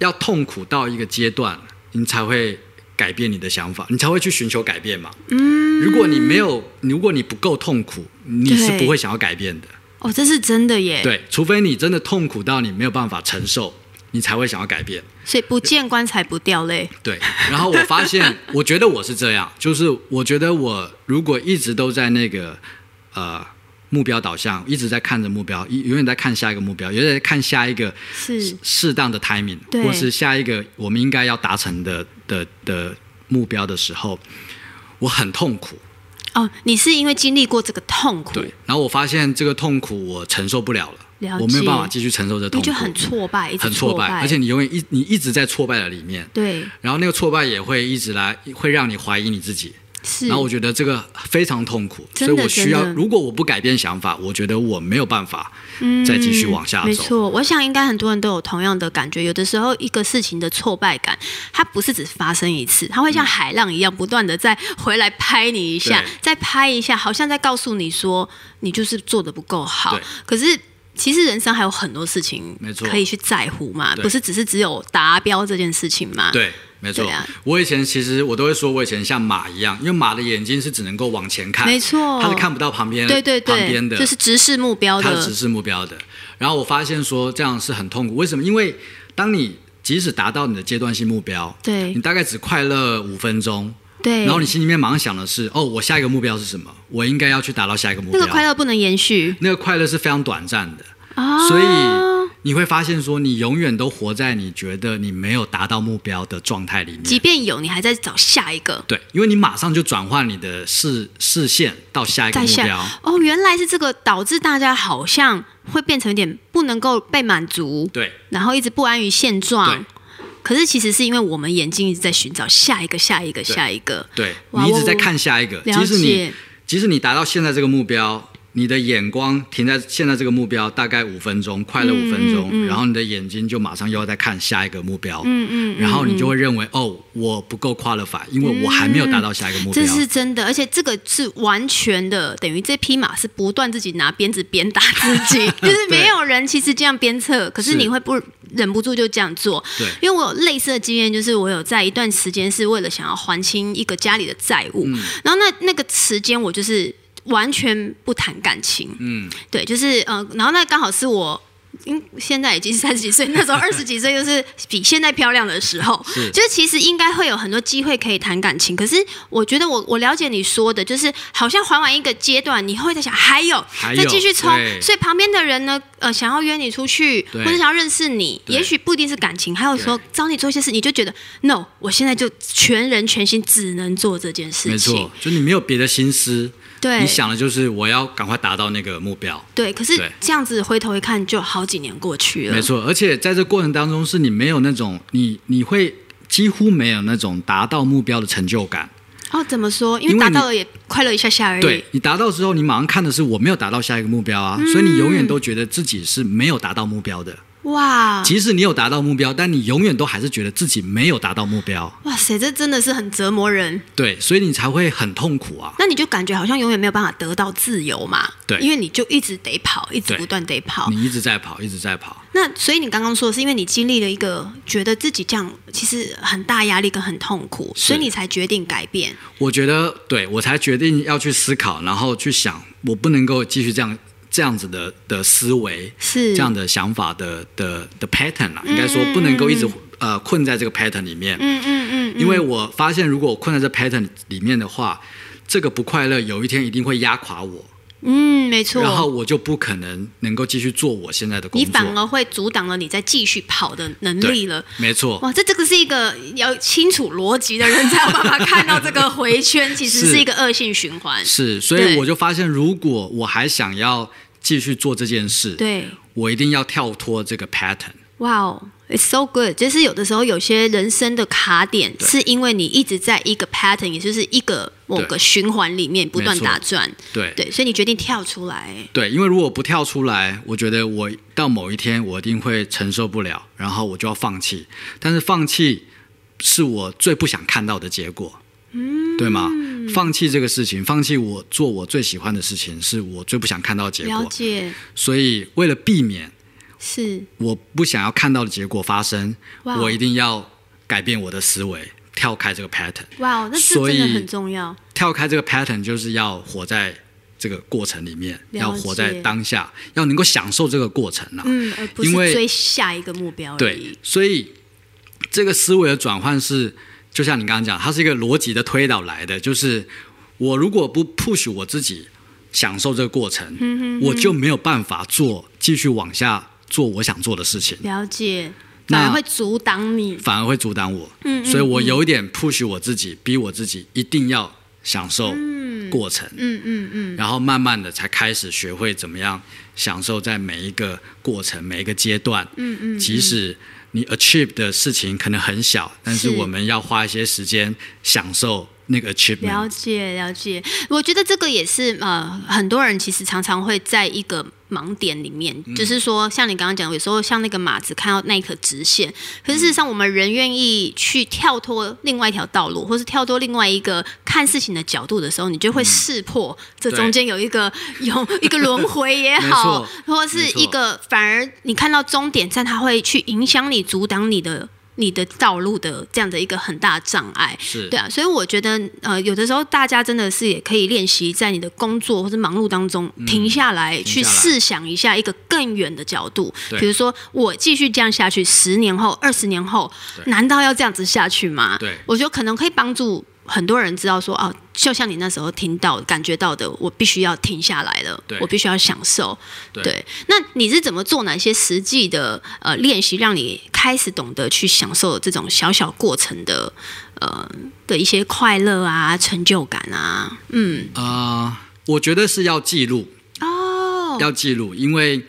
[SPEAKER 2] 要痛苦到一个阶段，你才会改变你的想法，你才会去寻求改变嘛。嗯，如果你没有，如果你不够痛苦，你是
[SPEAKER 3] 对
[SPEAKER 2] 不会想要改变的。
[SPEAKER 3] 哦，这是真的耶。
[SPEAKER 2] 对，除非你真的痛苦到你没有办法承受，你才会想要改变。
[SPEAKER 3] 所以不见棺材不掉泪。
[SPEAKER 2] 对，然后我发现，我觉得我是这样，就是我觉得我如果一直都在那个呃目标导向，一直在看着目标，一永远在看下一个目标，永远在看下一个
[SPEAKER 3] 是
[SPEAKER 2] 适当的 timing，
[SPEAKER 3] 对
[SPEAKER 2] 或是下一个我们应该要达成的的的目标的时候，我很痛苦。
[SPEAKER 3] 哦，你是因为经历过这个痛苦，
[SPEAKER 2] 对，然后我发现这个痛苦我承受不了
[SPEAKER 3] 了
[SPEAKER 2] 了，我没有办法
[SPEAKER 3] 解
[SPEAKER 2] 继续承受这痛
[SPEAKER 3] 你
[SPEAKER 2] 苦，
[SPEAKER 3] 就很挫败，一直
[SPEAKER 2] 很挫
[SPEAKER 3] 败，
[SPEAKER 2] 败，而且你永远一你一直在挫败的里面。
[SPEAKER 3] 对
[SPEAKER 2] 然后那个挫败也会一直来，会让你怀疑你自己。
[SPEAKER 3] 是，
[SPEAKER 2] 然后我觉得这个非常痛苦，
[SPEAKER 3] 嗯真
[SPEAKER 2] 所
[SPEAKER 3] 的
[SPEAKER 2] 以我需要
[SPEAKER 3] 真的，
[SPEAKER 2] 如果我不改变想法，我觉得我没有办法再继续往下
[SPEAKER 3] 嗯没
[SPEAKER 2] 走。
[SPEAKER 3] 错，我想应该很多人都有同样的感觉。有的时候，一个事情的挫败感，它不是只发生一次，它会像海浪一样不断的再回来拍你一下
[SPEAKER 2] 嗯对，
[SPEAKER 3] 再拍一下，好像在告诉你说你就是做的不够好
[SPEAKER 2] 对。
[SPEAKER 3] 可是其实人生还有很多事情
[SPEAKER 2] 没错
[SPEAKER 3] 可以去在乎嘛，
[SPEAKER 2] 对
[SPEAKER 3] 不是只是只有达标这件事情嘛？
[SPEAKER 2] 对，没错。
[SPEAKER 3] 对啊
[SPEAKER 2] 我以前其实我都会说，我以前像马一样，因为马的眼睛是只能够往前看，
[SPEAKER 3] 没错
[SPEAKER 2] 它是看不到旁边，
[SPEAKER 3] 对对
[SPEAKER 2] 旁边
[SPEAKER 3] 对，就
[SPEAKER 2] 的，
[SPEAKER 3] 是直视目标
[SPEAKER 2] 它是
[SPEAKER 3] 的
[SPEAKER 2] 直视目标的。然后我发现说这样是很痛苦，为什么？因为当你即使达到你的阶段性目标，
[SPEAKER 3] 对
[SPEAKER 2] 你大概只快乐五分钟，
[SPEAKER 3] 对，
[SPEAKER 2] 然后你心里面马上想的是，哦，我下一个目标是什么？我应该要去达到下一个目
[SPEAKER 3] 哎那
[SPEAKER 2] 标。
[SPEAKER 3] 个快乐不能延续
[SPEAKER 2] 那个快乐是非常短暂的，
[SPEAKER 3] 啊，
[SPEAKER 2] 所以你会发现说，你永远都活在你觉得你没有达到目标的状态里
[SPEAKER 3] 即
[SPEAKER 2] 面。
[SPEAKER 3] 便有，你还在找下一个。
[SPEAKER 2] 对，因为你马上就转换你的视视线到下一个
[SPEAKER 3] 在
[SPEAKER 2] 目
[SPEAKER 3] 下
[SPEAKER 2] 标。
[SPEAKER 3] 哦，原来是这个导致大家好像会变成有点不能够被满足，
[SPEAKER 2] 对
[SPEAKER 3] 然后一直不安于现状
[SPEAKER 2] 对，
[SPEAKER 3] 可是其实是因为我们眼睛一直在寻找下一个、下一个、下一个。
[SPEAKER 2] 对
[SPEAKER 3] 哇
[SPEAKER 2] 你一直
[SPEAKER 3] 我
[SPEAKER 2] 在看下一个，
[SPEAKER 3] 了
[SPEAKER 2] 即使你
[SPEAKER 3] 解
[SPEAKER 2] 即使你达到现在这个目标，你的眼光停在现在这个目标大概五分钟，快乐五分钟，然后你的眼睛就马上又要再看下一个目标，嗯嗯，然后你就会认为哦，我不够 qualify，因为我还没有达到下一个目标，
[SPEAKER 3] 这是真的，而且这个是完全的，等于这匹马是不断自己拿鞭子鞭打自
[SPEAKER 2] <laughs>
[SPEAKER 3] 己，就是没有人其实这样鞭策，可是
[SPEAKER 2] 是
[SPEAKER 3] 你会不忍不住就这样做。
[SPEAKER 2] 对
[SPEAKER 3] 因为我有类似的经验，就是我有在一段时间是为了想要还清一个家里的债务，
[SPEAKER 2] 嗯
[SPEAKER 3] 然后那那个时间我就是完全不谈感情，
[SPEAKER 2] 嗯，
[SPEAKER 3] 对，就是呃，然后那刚好是我。因现在已经三十几岁，那时候二十几岁就是比现在漂亮的时候，
[SPEAKER 2] 是
[SPEAKER 3] 就是其实应该会有很多机会可以谈感情。可是我觉得我我了解你说的，就是好像还完一个阶段，你会在想还有
[SPEAKER 2] 还
[SPEAKER 3] 再
[SPEAKER 2] 有
[SPEAKER 3] 继续冲，
[SPEAKER 2] 对
[SPEAKER 3] 所以旁边的人呢，呃，想要约你出去
[SPEAKER 2] 对
[SPEAKER 3] 或者想要认识你，
[SPEAKER 2] 对
[SPEAKER 3] 也许不一定是感情，还有说
[SPEAKER 2] 对
[SPEAKER 3] 找你做一些事，你就觉得 no，我现在就全人全心只能做这件事
[SPEAKER 2] 没
[SPEAKER 3] 情
[SPEAKER 2] 错，，就你没有别的心思，
[SPEAKER 3] 对
[SPEAKER 2] 你想的就是我要赶快达到那个目标，
[SPEAKER 3] 对。可是
[SPEAKER 2] 对
[SPEAKER 3] 这样子回头一看，就好几年过去了，
[SPEAKER 2] 没错，而且在这过程当中，是你没有那种你你会几乎没有那种达到目标的成就感。
[SPEAKER 3] 哦，怎么说？因为
[SPEAKER 2] 因为
[SPEAKER 3] 达
[SPEAKER 2] 你
[SPEAKER 3] 到了也快乐一下下而已。
[SPEAKER 2] 对你达到之后，你马上看的是我没有达到下一个目标啊，所以你永远都觉得自己是没有达到目标的。
[SPEAKER 3] 啊哇，
[SPEAKER 2] 即使你有达到目标，但你永远都还是觉得自己没有达到目标。
[SPEAKER 3] 哇塞，这真的是很折磨人。
[SPEAKER 2] 对，所以你才会很痛苦啊。
[SPEAKER 3] 那你就感觉好像永远没有办法得到自由嘛？
[SPEAKER 2] 对
[SPEAKER 3] 因为你就一直得跑，一直
[SPEAKER 2] 对
[SPEAKER 3] 不断得跑。
[SPEAKER 2] 你一直在跑，一直在跑。
[SPEAKER 3] 那所以你刚刚说的是，因为你经历了一个觉得自己这样其实很大压力跟很痛苦，
[SPEAKER 2] 是
[SPEAKER 3] 所以你才决定改变。
[SPEAKER 2] 我觉得，对我才决定要去思考，然后去想，我不能够继续这样这样子的的思维，
[SPEAKER 3] 是
[SPEAKER 2] 这样的想法的的的 pattern 啊啦，应该说不能够一直呃困在这个 pattern 里面。
[SPEAKER 3] 嗯嗯嗯
[SPEAKER 2] 因为我发现，如果我困在这 pattern 里面的话，这个不快乐有一天一定会压垮我，
[SPEAKER 3] 嗯，没错。
[SPEAKER 2] 然后我就不可能能够继续做我现在的工
[SPEAKER 3] 你
[SPEAKER 2] 作。
[SPEAKER 3] 反而会阻挡了你再继续跑的能力了。
[SPEAKER 2] 没错，
[SPEAKER 3] 哇，这这个是一个要清楚逻辑的人才有办法看到这个回
[SPEAKER 2] <laughs>
[SPEAKER 3] 圈，其实
[SPEAKER 2] 是
[SPEAKER 3] 是一个恶性循环。
[SPEAKER 2] 是，所
[SPEAKER 3] 对
[SPEAKER 2] 以我就发现，如果我还想要继续做这件事，
[SPEAKER 3] 对，
[SPEAKER 2] 我一定要跳脱这个 pattern。
[SPEAKER 3] 哇哦，it's so good。就是有的时候有些人生的卡点，
[SPEAKER 2] 对
[SPEAKER 3] 是因为你一直在一个 pattern，也就是一个某个
[SPEAKER 2] 对
[SPEAKER 3] 循环里面不断
[SPEAKER 2] 没错
[SPEAKER 3] 打转。
[SPEAKER 2] 对
[SPEAKER 3] 对，所以你决定跳出来。
[SPEAKER 2] 对，因为如果不跳出来，我觉得我到某一天我一定会承受不了，然后我就要放弃。但是放弃是我最不想看到的结果，嗯，对吗？放弃这个事情，放弃我做我最喜欢的事情，是我最不想看到的结
[SPEAKER 3] 了
[SPEAKER 2] 果。
[SPEAKER 3] 解，
[SPEAKER 2] 所以为了避免
[SPEAKER 3] 是
[SPEAKER 2] 我不想要看到的结果发生，
[SPEAKER 3] 哇哦
[SPEAKER 2] 我一定要改变我的思维，跳开这个 pattern。
[SPEAKER 3] 哇哦，那这
[SPEAKER 2] 所
[SPEAKER 3] 真的
[SPEAKER 2] 以
[SPEAKER 3] 很重要。
[SPEAKER 2] 跳开这个 pattern 就是要活在这个过程里面，
[SPEAKER 3] 了解
[SPEAKER 2] 要活在当下，要能够享受这个过程啊啦、
[SPEAKER 3] 嗯，而不是
[SPEAKER 2] 因为
[SPEAKER 3] 追下一个目标而
[SPEAKER 2] 对
[SPEAKER 3] 已。，
[SPEAKER 2] 所以这个思维的转换是，就像你刚刚讲，它是一个逻辑的推导来的，就是我如果不 push 我自己享受这个过程，我就没有办法做继续往下做我想做的事情。
[SPEAKER 3] 了解，
[SPEAKER 2] 那
[SPEAKER 3] 反而会阻挡你。
[SPEAKER 2] 反而会阻挡我，
[SPEAKER 3] 嗯
[SPEAKER 2] 所以我有一点 push 我自己，逼我自己一定要享受过程，
[SPEAKER 3] 嗯嗯嗯，
[SPEAKER 2] 然后慢慢的才开始学会怎么样享受在每一个过程、每一个阶段。嗯嗯，即使你 achieve 的事情可能很小，但是
[SPEAKER 3] 是
[SPEAKER 2] 我们要花一些时间享受那个 achievement
[SPEAKER 3] 了。解了解，我觉得这个也是呃，很多人其实常常会在一个盲点里面，
[SPEAKER 2] 嗯
[SPEAKER 3] 就是说像你刚刚讲，有时候像那个马子看到那一颗直线，可是事实上我们人愿意去跳脱另外一条道路，或是跳脱另外一个看事情的角度的时候，你
[SPEAKER 2] 嗯
[SPEAKER 3] 就会识破这中间有一个有一个轮回也
[SPEAKER 2] 没
[SPEAKER 3] 好
[SPEAKER 2] 错，
[SPEAKER 3] 或是
[SPEAKER 2] 没错
[SPEAKER 3] 一个反而你看到终点站，它会去影响你、阻挡你的。你的道路的这样的一个很大的障碍，
[SPEAKER 2] 是
[SPEAKER 3] 对啊，所以我觉得，呃，有的时候大家真的是也可以练习，在你的工作或者忙碌当中停下来，去
[SPEAKER 2] 停下来
[SPEAKER 3] 试想一下一个更远的角度，
[SPEAKER 2] 对
[SPEAKER 3] 比如说我继续这样下去，十年后、二十年后，
[SPEAKER 2] 对
[SPEAKER 3] 难道要这样子下去吗？
[SPEAKER 2] 对
[SPEAKER 3] 我觉得可能可以帮助很多人知道说，哦，就像你那时候听到、感觉到的，我必须要停下来了
[SPEAKER 2] 对，
[SPEAKER 3] 我必须要享受。
[SPEAKER 2] 对
[SPEAKER 3] 那你是怎么做哪些实际的呃练习，让你开始懂得去享受这种小小过程的呃的一些快乐啊、成就感啊？嗯，
[SPEAKER 2] 啊、我觉得是要记录，
[SPEAKER 3] 哦，
[SPEAKER 2] 要记录，因为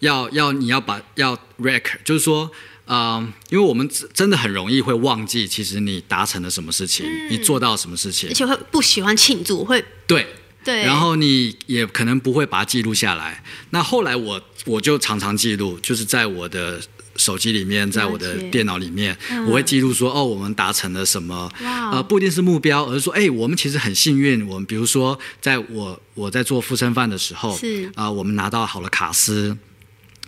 [SPEAKER 2] 要要你要把要 rec，就是说，嗯、因为我们真真的很容易会忘记，其实你达成了什么事情，你做到什么事情
[SPEAKER 3] 而，且会不喜欢庆祝，会
[SPEAKER 2] 对，
[SPEAKER 3] 嗯对，
[SPEAKER 2] 然后你也可能不会把它记录下来。那后来我我就常常记录，就是在我的手机里面，在我的
[SPEAKER 3] 了解嗯
[SPEAKER 2] 电脑里面，我会记录说哦，我们达成了什么，
[SPEAKER 3] 哇
[SPEAKER 2] 呃，不一定是目标，而是说，哎，我们其实很幸运，我们比如说，在我我在做附身饭的时候，
[SPEAKER 3] 是
[SPEAKER 2] 啊、我们拿到好了卡斯。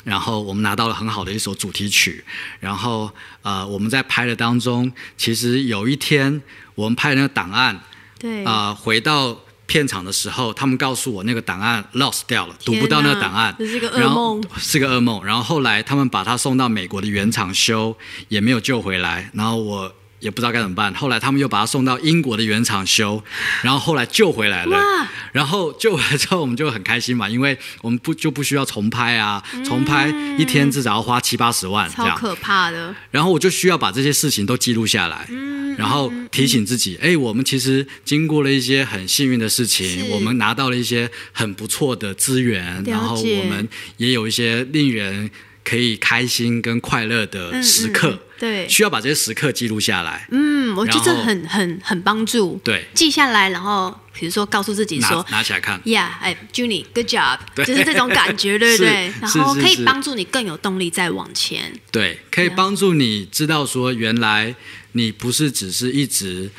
[SPEAKER 2] 然后我们拿到了很好的一首主题曲，然后呃，我们在拍的当中，其实有一天我们拍的那个档案，
[SPEAKER 3] 对
[SPEAKER 2] 啊、回到片场的时候，他们告诉我那个档案 lost 掉了，读
[SPEAKER 3] 天
[SPEAKER 2] 不到那个
[SPEAKER 3] 哪
[SPEAKER 2] 档案，
[SPEAKER 3] 这是个噩
[SPEAKER 2] 然后
[SPEAKER 3] 梦，
[SPEAKER 2] 是个噩梦。然后后来他们把它送到美国的原厂修，也没有救回来。然后我。也不知道该怎么办。后来他们又把它送到英国的原厂修，然后后来救回来了
[SPEAKER 3] 哇。
[SPEAKER 2] 然后救回来之后，我们就很开心嘛，因为我们不就不需要重拍啊，
[SPEAKER 3] 嗯
[SPEAKER 2] 重拍一天至少要花七八十万这
[SPEAKER 3] 超
[SPEAKER 2] 样。
[SPEAKER 3] 可怕的，
[SPEAKER 2] 然后我就需要把这些事情都记录下来，
[SPEAKER 3] 嗯
[SPEAKER 2] 然后提醒自己，哎，我们其实经过了一些很幸运的事情，
[SPEAKER 3] 是
[SPEAKER 2] 我们拿到了一些很不错的资源
[SPEAKER 3] 了，解
[SPEAKER 2] 然后我们也有一些令人可以开心跟快乐的呃时刻，
[SPEAKER 3] 嗯嗯对
[SPEAKER 2] 需要把这些时刻记录下来，
[SPEAKER 3] 嗯，我觉得这
[SPEAKER 2] 然后
[SPEAKER 3] 很很很帮助，
[SPEAKER 2] 对
[SPEAKER 3] 记下来，然后比如说告诉自己
[SPEAKER 2] 拿
[SPEAKER 3] 说。
[SPEAKER 2] 拿起来看，
[SPEAKER 3] Yeah，哎，Junie，good job，
[SPEAKER 2] 对
[SPEAKER 3] 就是这种感觉，对不对
[SPEAKER 2] 是？
[SPEAKER 3] 然后
[SPEAKER 2] 是是
[SPEAKER 3] 可
[SPEAKER 2] 是
[SPEAKER 3] 以帮助你更有动力再往前。
[SPEAKER 2] 对，可以帮助你知道说，原来你不是只是一直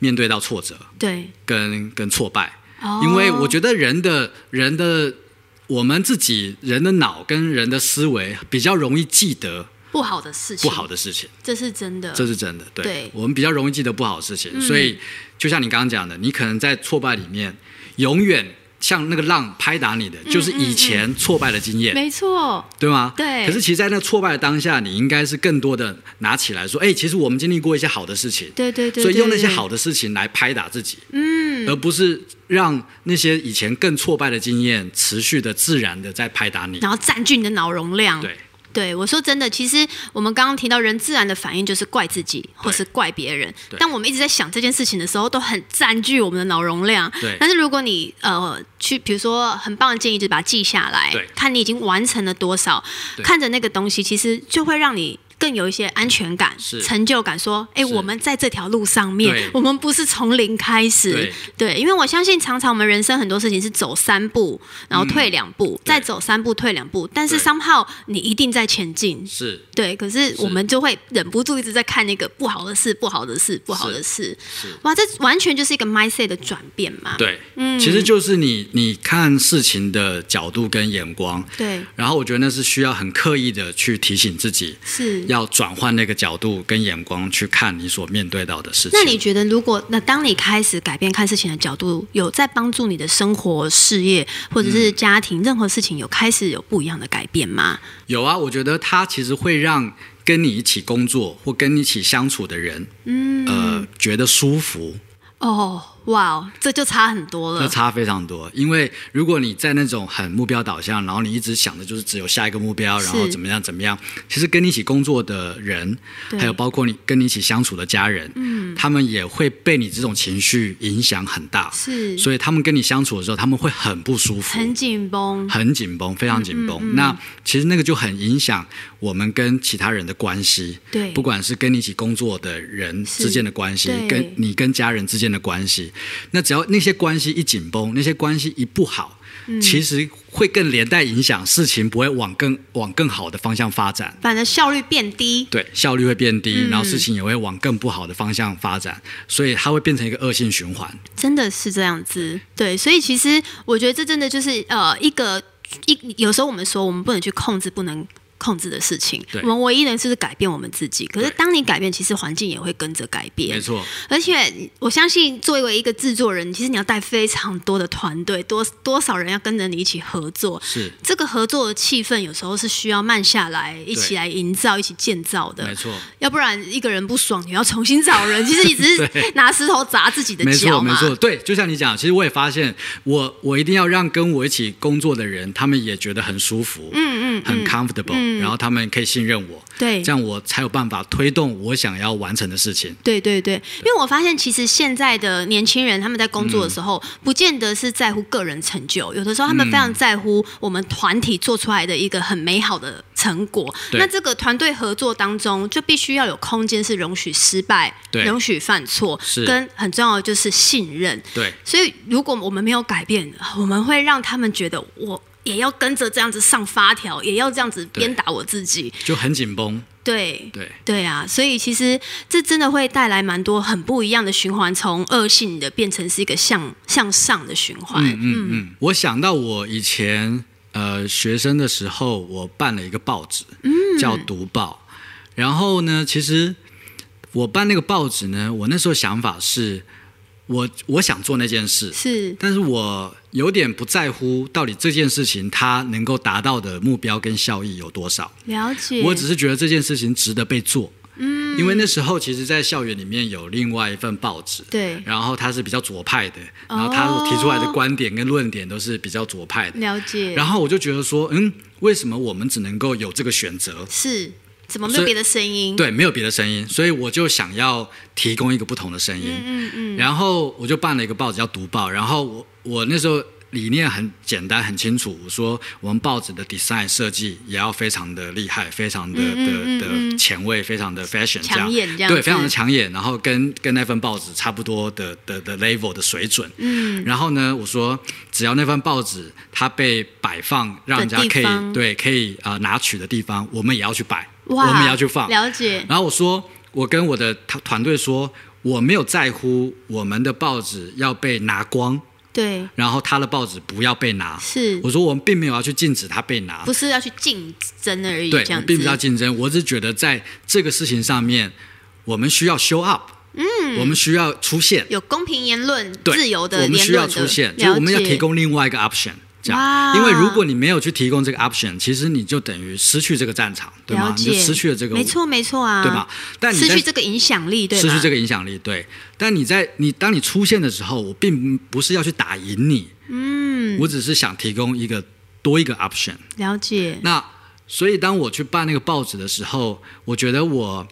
[SPEAKER 2] 面对到挫折，
[SPEAKER 3] 对，
[SPEAKER 2] 跟跟挫败，
[SPEAKER 3] 哦
[SPEAKER 2] 因为我觉得人的人的我们自己人的脑跟人的思维比较容易记得
[SPEAKER 3] 不好的事情，
[SPEAKER 2] 不好，的事情，
[SPEAKER 3] 这是真的，
[SPEAKER 2] 这是真的。
[SPEAKER 3] 嗯
[SPEAKER 2] 对，
[SPEAKER 3] 对嗯
[SPEAKER 2] 我们比较容易记得不好的事情，所以就像你刚刚讲的，你可能在挫败里面永远。像那个浪拍打你的，就是以前挫败的经验，
[SPEAKER 3] 嗯没错，
[SPEAKER 2] 对吗？
[SPEAKER 3] 对
[SPEAKER 2] 可是其实，在那挫败的当下，你应该是更多的拿起来说，哎、其实我们经历过一些好的事情，
[SPEAKER 3] 对对对，
[SPEAKER 2] 所以用那些
[SPEAKER 3] 对
[SPEAKER 2] 好，的事情来拍打自己，
[SPEAKER 3] 嗯，
[SPEAKER 2] 而不是让那些以前更挫败的经验持续的自然的在拍打你。
[SPEAKER 3] 然后占据你的脑容量，
[SPEAKER 2] 对，
[SPEAKER 3] 对，我说真的，其实我们刚刚提到人自然的反应就是怪自己或是怪别人
[SPEAKER 2] 对，
[SPEAKER 3] 但我们一直在想这件事情的时候，都很占据我们的脑容量
[SPEAKER 2] 对。
[SPEAKER 3] 但是如果你呃去，比如说很棒的建议，就是把它记下来
[SPEAKER 2] 对，
[SPEAKER 3] 看你已经完成了多少
[SPEAKER 2] 对，
[SPEAKER 3] 看着那个东西，其实就会让你。更有一些安全感
[SPEAKER 2] 是、
[SPEAKER 3] 成就感，说：“哎，
[SPEAKER 2] 是
[SPEAKER 3] 我们在这条路上面
[SPEAKER 2] 对，
[SPEAKER 3] 我们不是从零开始。
[SPEAKER 2] 对
[SPEAKER 3] 对，因为我相信常常我们人生很多事情是走三步，然后退两步，
[SPEAKER 2] 嗯对
[SPEAKER 3] 再走三步退两步，但是
[SPEAKER 2] 对
[SPEAKER 3] somehow 你一定在前进。
[SPEAKER 2] 是
[SPEAKER 3] 对，可是我们就会忍不住一直在看那个不好的事、不好的事、不好的事。
[SPEAKER 2] 是，
[SPEAKER 3] 哇，这完全就是一个 mindset 的转变嘛。
[SPEAKER 2] 对，
[SPEAKER 3] 嗯
[SPEAKER 2] 其实就是你你看事情的角度跟眼光，
[SPEAKER 3] 对，
[SPEAKER 2] 然后我觉得那是需要很刻意的去提醒自己，
[SPEAKER 3] 是。
[SPEAKER 2] 要转换那个角度跟眼光去看你所面对到的事情。
[SPEAKER 3] 那你觉得，如果那当你开始改变看事情的角度，有在帮助你的生活、事业或者
[SPEAKER 2] 嗯
[SPEAKER 3] 是家庭、任何事情，有开始有不一样的改变吗？
[SPEAKER 2] 有啊，我觉得它其实会让跟你一起工作或跟你一起相处的人，嗯，呃，觉得舒服。
[SPEAKER 3] 哦，哇哦，这就差很多
[SPEAKER 2] 那
[SPEAKER 3] 了。
[SPEAKER 2] 差非常多。因为如果你在那种很目标导向，然后你一直想的就是只有下一个目标，
[SPEAKER 3] 是
[SPEAKER 2] 然后怎么样怎么样，其实跟你一起工作的人，
[SPEAKER 3] 对
[SPEAKER 2] 还有包括你跟你一起相处的家人，嗯，他们也会被你这种情绪影响很大，
[SPEAKER 3] 是
[SPEAKER 2] 所以他们跟你相处的时候，他们会很不舒服，
[SPEAKER 3] 很嗯紧绷，
[SPEAKER 2] 很紧绷，非常紧绷。那其实那个就很影响我们跟其他人的关系，
[SPEAKER 3] 对
[SPEAKER 2] 不管是跟你一起工作的人
[SPEAKER 3] 是
[SPEAKER 2] 之间的关系
[SPEAKER 3] 对，
[SPEAKER 2] 跟你跟家人之间的关系，那只要那些关系一紧绷，那些关系一不好，
[SPEAKER 3] 嗯
[SPEAKER 2] 其实会更连带影响事情不会往更往更好的方向发展。
[SPEAKER 3] 反正效率变低。
[SPEAKER 2] 对，效率会变低，
[SPEAKER 3] 嗯
[SPEAKER 2] 然后事情也会往更不好的方向发展，所以它会变成一个恶性循环。
[SPEAKER 3] 真的是这样子，对，所以其实我觉得这真的就是呃一个一有时候我们说我们不能去控制不能控制的事情
[SPEAKER 2] 对，
[SPEAKER 3] 我们唯一能就是改变我们自己。可是
[SPEAKER 2] 对
[SPEAKER 3] 当你改变，其实环境也会跟着改变。
[SPEAKER 2] 没错，
[SPEAKER 3] 而且我相信，作为一个制作人，其实你要带非常多的团队，多多少人要跟着你一起合作。
[SPEAKER 2] 是
[SPEAKER 3] 这个合作的气氛有时候是需要慢下来，一起来营造、一起建造的。
[SPEAKER 2] 没错。
[SPEAKER 3] 要不然一个人不爽，你要重新找人。其实
[SPEAKER 2] <laughs>
[SPEAKER 3] 你只
[SPEAKER 2] 对
[SPEAKER 3] 是拿石头砸自己的
[SPEAKER 2] 没
[SPEAKER 3] 脚
[SPEAKER 2] 错，
[SPEAKER 3] 嘛。
[SPEAKER 2] 没错，对，就像你讲，其实我也发现，我我一定要让跟我一起工作的人，他们也觉得很舒服，嗯嗯，很 comfortable，、然后他们可以信任我，
[SPEAKER 3] 对
[SPEAKER 2] 这样我才有办法推动我想要完成的事情。
[SPEAKER 3] 对对对，因为我发现其实现在的年轻人他们在工作的时候，
[SPEAKER 2] 嗯
[SPEAKER 3] 不见得是在乎个人成就，有的时候他们非常在乎我们团体做出来的一个很美好的成果。
[SPEAKER 2] 对
[SPEAKER 3] 那这个团队合作当中，就必须要有空间是容许失败，
[SPEAKER 2] 对
[SPEAKER 3] 容许犯错
[SPEAKER 2] 是，
[SPEAKER 3] 跟很重要的就是信任。
[SPEAKER 2] 对，
[SPEAKER 3] 所以如果我们没有改变，我们会让他们觉得我。也要跟着这样子上发条，也要这样子鞭打我自己。
[SPEAKER 2] 就很紧绷。
[SPEAKER 3] 对，
[SPEAKER 2] 对，
[SPEAKER 3] 对啊，所以其实这真的会带来蛮多很不一样的循环，从恶性的变成是一个向向上的循环。
[SPEAKER 2] 嗯嗯，我想到我以前呃学生的时候，我办了一个报纸，叫《读报》，然后呢，其实我办那个报纸呢，我那时候想法是，我我想做那件事，
[SPEAKER 3] 是
[SPEAKER 2] 但是我有点不在乎到底这件事情它能够达到的目标跟效益有多少，
[SPEAKER 3] 了解，
[SPEAKER 2] 我只是觉得这件事情值得被做。嗯，因为那时候其实，在校园里面有另外一份报纸，
[SPEAKER 3] 对
[SPEAKER 2] 然后他是比较左派的，然后他
[SPEAKER 3] 哦
[SPEAKER 2] 提出来的观点跟论点都是比较左派的。
[SPEAKER 3] 了解，
[SPEAKER 2] 然
[SPEAKER 3] 后
[SPEAKER 2] 后我就觉得说，嗯，为什么我们只能够有这个选择？
[SPEAKER 3] 是怎么没
[SPEAKER 2] 所
[SPEAKER 3] 有
[SPEAKER 2] 以
[SPEAKER 3] 别的声音？，
[SPEAKER 2] 对，没有别的声音，所以我就想要提供一个不同的声音。
[SPEAKER 3] 嗯嗯，
[SPEAKER 2] 然后我就办了一个报纸叫《读报》，然后我我那时候理念很简单很清楚，我说我们报纸的 design 设计也要非常的厉害，非常的
[SPEAKER 3] 嗯嗯
[SPEAKER 2] 的的前卫，非常的 fashion，这
[SPEAKER 3] 抢
[SPEAKER 2] 样
[SPEAKER 3] 眼这样
[SPEAKER 2] 对，非常的
[SPEAKER 3] 子
[SPEAKER 2] 抢眼，然后跟跟那份报纸差不多的的的 level 的水准。嗯，然后呢，我说只要那份报纸它被摆放，让人家
[SPEAKER 3] 的地
[SPEAKER 2] 可以
[SPEAKER 3] 方
[SPEAKER 2] 对可以啊、呃拿取的地方，我们也要去摆，
[SPEAKER 3] 哇，
[SPEAKER 2] 我们也要去放，
[SPEAKER 3] 了解，
[SPEAKER 2] 然后我说，我跟我的团团队说，我没有在乎我们的报纸要被拿光，
[SPEAKER 3] 对，
[SPEAKER 2] 然后他的报纸不要被拿。
[SPEAKER 3] 是
[SPEAKER 2] 我说我们并没有要去禁止他被拿
[SPEAKER 3] 不，是要去竞争而已，
[SPEAKER 2] 对
[SPEAKER 3] 这，样
[SPEAKER 2] 我
[SPEAKER 3] 子，
[SPEAKER 2] 并不是要竞争，我只是觉得在这个事情上面，我们需要 show up，嗯，我们需要出现，
[SPEAKER 3] 有公平言论、
[SPEAKER 2] 对，
[SPEAKER 3] 自由的
[SPEAKER 2] 我们
[SPEAKER 3] 言
[SPEAKER 2] 需要
[SPEAKER 3] 论的
[SPEAKER 2] 出现，就
[SPEAKER 3] 了
[SPEAKER 2] 我们要
[SPEAKER 3] 解
[SPEAKER 2] 提供另外一个 option。这样，
[SPEAKER 3] 哇
[SPEAKER 2] 因为如果你没有去提供这个 option，其实你就等于失去这个战场，对吗
[SPEAKER 3] 了？
[SPEAKER 2] 你就
[SPEAKER 3] 解，
[SPEAKER 2] 失去了这个，
[SPEAKER 3] 没错没错啊，
[SPEAKER 2] 对吧？？但你
[SPEAKER 3] 失
[SPEAKER 2] 在
[SPEAKER 3] 去这个影响力，对吧？
[SPEAKER 2] 失去这个影响力，对。但你在你当你出现的时候，我并不是要去打赢你，嗯，我只是想提供一个多一个 option。
[SPEAKER 3] 了解，
[SPEAKER 2] 那所以当我去办那个报纸的时候，我觉得我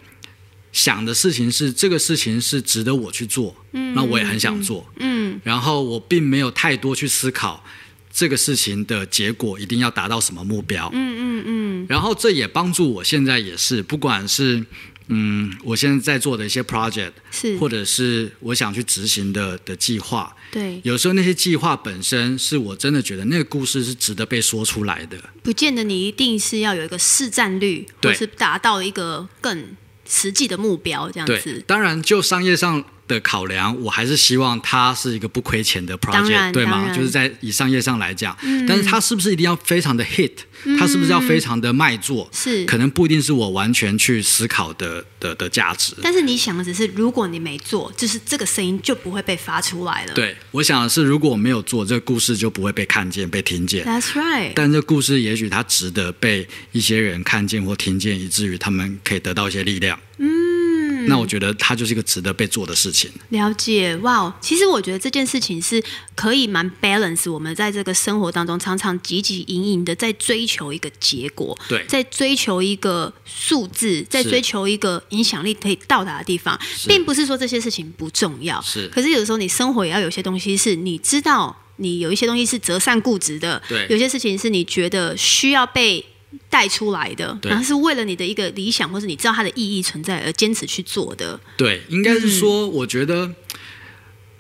[SPEAKER 2] 想的事情是这个事情是值得我去做，嗯，那我也很想做，
[SPEAKER 3] 嗯，
[SPEAKER 2] 然后我并没有太多去思考这个事情的结果一定要达到什么目标。嗯嗯嗯。然后这也帮助我现在也是，不管是嗯我现在在做的一些 project，
[SPEAKER 3] 是
[SPEAKER 2] 或者是我想去执行的的计划，
[SPEAKER 3] 对，
[SPEAKER 2] 有时候那些计划本身是我真的觉得那个故事是值得被说出来的。
[SPEAKER 3] 不见得你一定是要有一个市占率，
[SPEAKER 2] 对
[SPEAKER 3] 或是达到一个更实际的目标这样
[SPEAKER 2] 对
[SPEAKER 3] 子，。
[SPEAKER 2] 当然就商业上的考量，我还是希望它是一个不亏钱的
[SPEAKER 3] 当
[SPEAKER 2] project，
[SPEAKER 3] 然
[SPEAKER 2] 对
[SPEAKER 3] 当
[SPEAKER 2] 吗？
[SPEAKER 3] 然嗯
[SPEAKER 2] 就是在以商业上来讲，但是它是不是一定要非常的 hit？、它是不是要非常的卖座？
[SPEAKER 3] 是
[SPEAKER 2] 可能不一定是我完全去思考的的的价值。
[SPEAKER 3] 但是你想的只是，如果你没做，就是这个声音就不会被发出来了。
[SPEAKER 2] 对，我想的是，如果我没有做，这个故事就不会被看见、被听见。
[SPEAKER 3] ，That's right。
[SPEAKER 2] 但这故事也许它值得被一些人看见或听见，以至于他们可以得到一些力量。嗯，那我觉得它就是一个值得被做的事情。
[SPEAKER 3] 了解，哇、哦！其实我觉得这件事情是可以蛮 balance，我们在这个生活当中常常汲汲营营的在追求一个结果，
[SPEAKER 2] 对
[SPEAKER 3] 在追求一个数字，在追求一个影响力可以到达的地方，并不是说这些事情不重要，
[SPEAKER 2] 是
[SPEAKER 3] 可是有时候你生活也要有些东西是你知道，你有一些东西是择善固执的，
[SPEAKER 2] 对
[SPEAKER 3] 有些事情是你觉得需要被。带出来的，
[SPEAKER 2] 对
[SPEAKER 3] 然后是为了你的一个理想，或是你知道它的意义存在而坚持去做的，
[SPEAKER 2] 对，应该是说，我觉得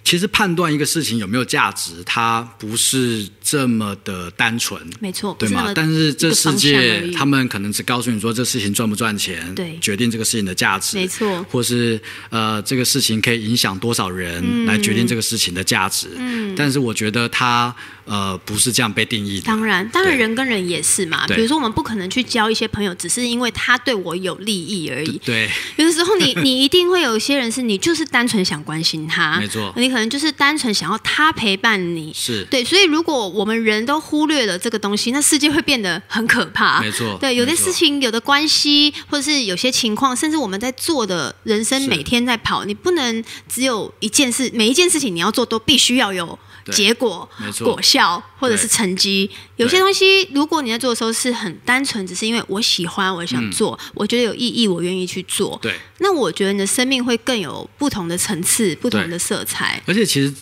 [SPEAKER 2] 其实判断一个事情有没有价值，它不是这么的单纯。
[SPEAKER 3] 没错，不
[SPEAKER 2] 对
[SPEAKER 3] 是那
[SPEAKER 2] 吗
[SPEAKER 3] 么？
[SPEAKER 2] 但是这世
[SPEAKER 3] 一个方向而
[SPEAKER 2] 界，
[SPEAKER 3] 已
[SPEAKER 2] 他们可能只告诉你说这事情赚不赚钱，
[SPEAKER 3] 对
[SPEAKER 2] 决定这个事情的价值，
[SPEAKER 3] 没错
[SPEAKER 2] 或是呃这个事情可以影响多少
[SPEAKER 3] 嗯
[SPEAKER 2] 人来决定这个事情的价值。嗯，但是我觉得它呃不是这样被定义的。
[SPEAKER 3] 当然，当然，
[SPEAKER 2] 对
[SPEAKER 3] 人跟人也是嘛。
[SPEAKER 2] 对
[SPEAKER 3] 比如说，我们不可能去交一些朋友，只是因为他对我有利益而已。
[SPEAKER 2] 对
[SPEAKER 3] 有的时候
[SPEAKER 2] <laughs>
[SPEAKER 3] 你，你一定会有一些人是你就是单纯想关心他，
[SPEAKER 2] 没错
[SPEAKER 3] 你可能就是单纯想要他陪伴你。
[SPEAKER 2] 是
[SPEAKER 3] 对，所以如果我们人都忽略了这个东西，那世界会变得很可怕。
[SPEAKER 2] 没错
[SPEAKER 3] 对，有
[SPEAKER 2] 没
[SPEAKER 3] 些
[SPEAKER 2] 错
[SPEAKER 3] 事情、有的关系，或者是有些情况，甚至我们在做的人生，
[SPEAKER 2] 是
[SPEAKER 3] 每天在跑，你不能只有一件事，每一件事情你要做都必须要有
[SPEAKER 2] 对
[SPEAKER 3] 结果
[SPEAKER 2] 没、错
[SPEAKER 3] 果效或者是
[SPEAKER 2] 对
[SPEAKER 3] 成绩。有些
[SPEAKER 2] 对
[SPEAKER 3] 东西，如果你在做的时候是很单纯，只是因为我喜欢，我想做，我觉得有意义，我愿意去做。
[SPEAKER 2] 嗯对，
[SPEAKER 3] 那我觉得你的生命会更有不同的层次、不同
[SPEAKER 2] 对
[SPEAKER 3] 的色彩，
[SPEAKER 2] 而且其实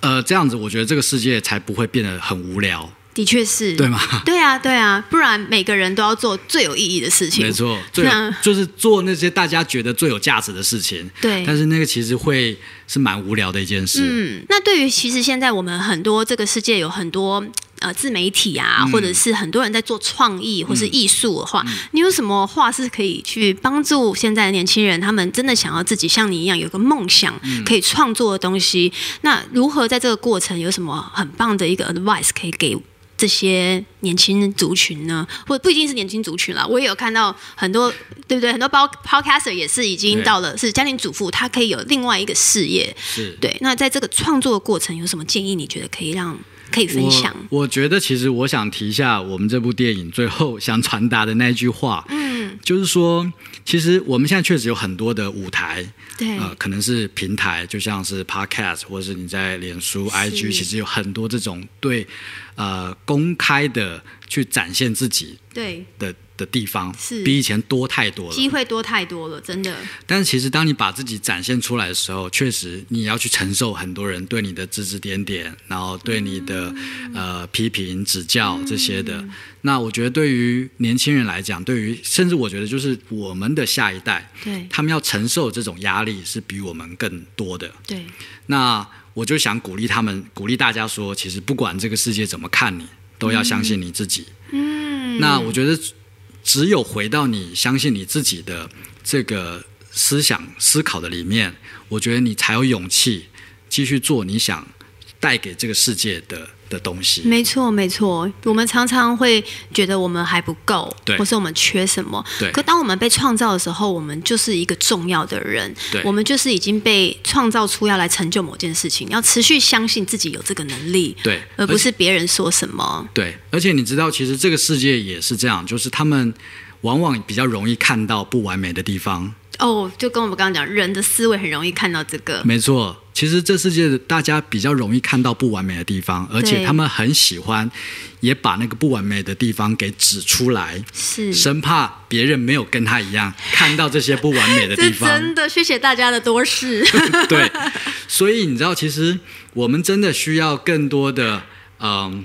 [SPEAKER 2] 呃这样子，我觉得这个世界才不会变得很无聊，
[SPEAKER 3] 的确是
[SPEAKER 2] 对吗？
[SPEAKER 3] 对啊，对啊，不然每个人都要做最有意义的事情。
[SPEAKER 2] 没错，最有
[SPEAKER 3] 那
[SPEAKER 2] 就是做那些大家觉得最有价值的事情。
[SPEAKER 3] 对
[SPEAKER 2] 但是那个其实会是蛮无聊的一件事。
[SPEAKER 3] 嗯，那对于其实现在我们很多这个世界有很多呃自媒体啊，或者是很多人在做创意或是艺术的话，你有什么话是可以去帮助现在的年轻人，他们真的想要自己像你一样有个梦想，可以创作的东西？那如何在这个过程有什么很棒的一个 advice 可以给？这些年轻族群呢，或者不一定是年轻族群啦，我也有看到很多，对不对？很多 pod- podcaster 也是已经
[SPEAKER 2] 对
[SPEAKER 3] 到了是家庭主妇，她可以有另外一个事业，
[SPEAKER 2] 是，
[SPEAKER 3] 对，那在这个创作的过程，有什么建议？你觉得可以让可以分享？
[SPEAKER 2] 我。我觉得其实我想提一下我们这部电影最后想传达的那一句话，
[SPEAKER 3] 嗯，
[SPEAKER 2] 就是说，其实我们现在确实有很多的舞台，
[SPEAKER 3] 对，
[SPEAKER 2] 呃，可能是平台，就像是 Podcast 或是你在脸书、IG，其实有很多这种对呃公开的去展现自己
[SPEAKER 3] 对，
[SPEAKER 2] 的的地方，
[SPEAKER 3] 是
[SPEAKER 2] 比以前多太多了。
[SPEAKER 3] 机会多太多了，真的。
[SPEAKER 2] 但其实当你把自己展现出来的时候，确实你要去承受很多人对你的指指点点，然后对你的、呃批评、指教这些的。那我觉得对于年轻人来讲，对于甚至我觉得就是我们的下一代，
[SPEAKER 3] 对
[SPEAKER 2] 他们要承受这种压力是比我们更多的。
[SPEAKER 3] 对，
[SPEAKER 2] 那我就想鼓励他们，鼓励大家说，其实不管这个世界怎么看你，都要相信你自己。嗯，那我觉得只有回到你相信你自己的这个思想思考的里面，我觉得你才有勇气继续做你想带给这个世界的的东西。
[SPEAKER 3] 没错没错。我们常常会觉得我们还不够，
[SPEAKER 2] 对
[SPEAKER 3] 或是我们缺什么。
[SPEAKER 2] 对
[SPEAKER 3] 可当我们被创造的时候，我们就是一个重要的人
[SPEAKER 2] 对，
[SPEAKER 3] 我们就是已经被创造出要来成就某件事情，要持续相信自己有这个能力，
[SPEAKER 2] 对，
[SPEAKER 3] 而不
[SPEAKER 2] 而且
[SPEAKER 3] 是别人说什么。
[SPEAKER 2] 对，而且你知道，其实这个世界也是这样，就是他们往往比较容易看到不完美的地方。
[SPEAKER 3] 哦，就跟我们刚刚讲，人的思维很容易看到这个。
[SPEAKER 2] 没错，其实这世界大家比较容易看到不完美的地方，而且他们很喜欢也把那个不完美的地方给指出来，
[SPEAKER 3] 是
[SPEAKER 2] 生怕别人没有跟他一样看到这些不完美的
[SPEAKER 3] <laughs> 这
[SPEAKER 2] 地方
[SPEAKER 3] 真。的，谢谢大家的多 <laughs> 事。
[SPEAKER 2] 对，所以你知道，其实我们真的需要更多的嗯。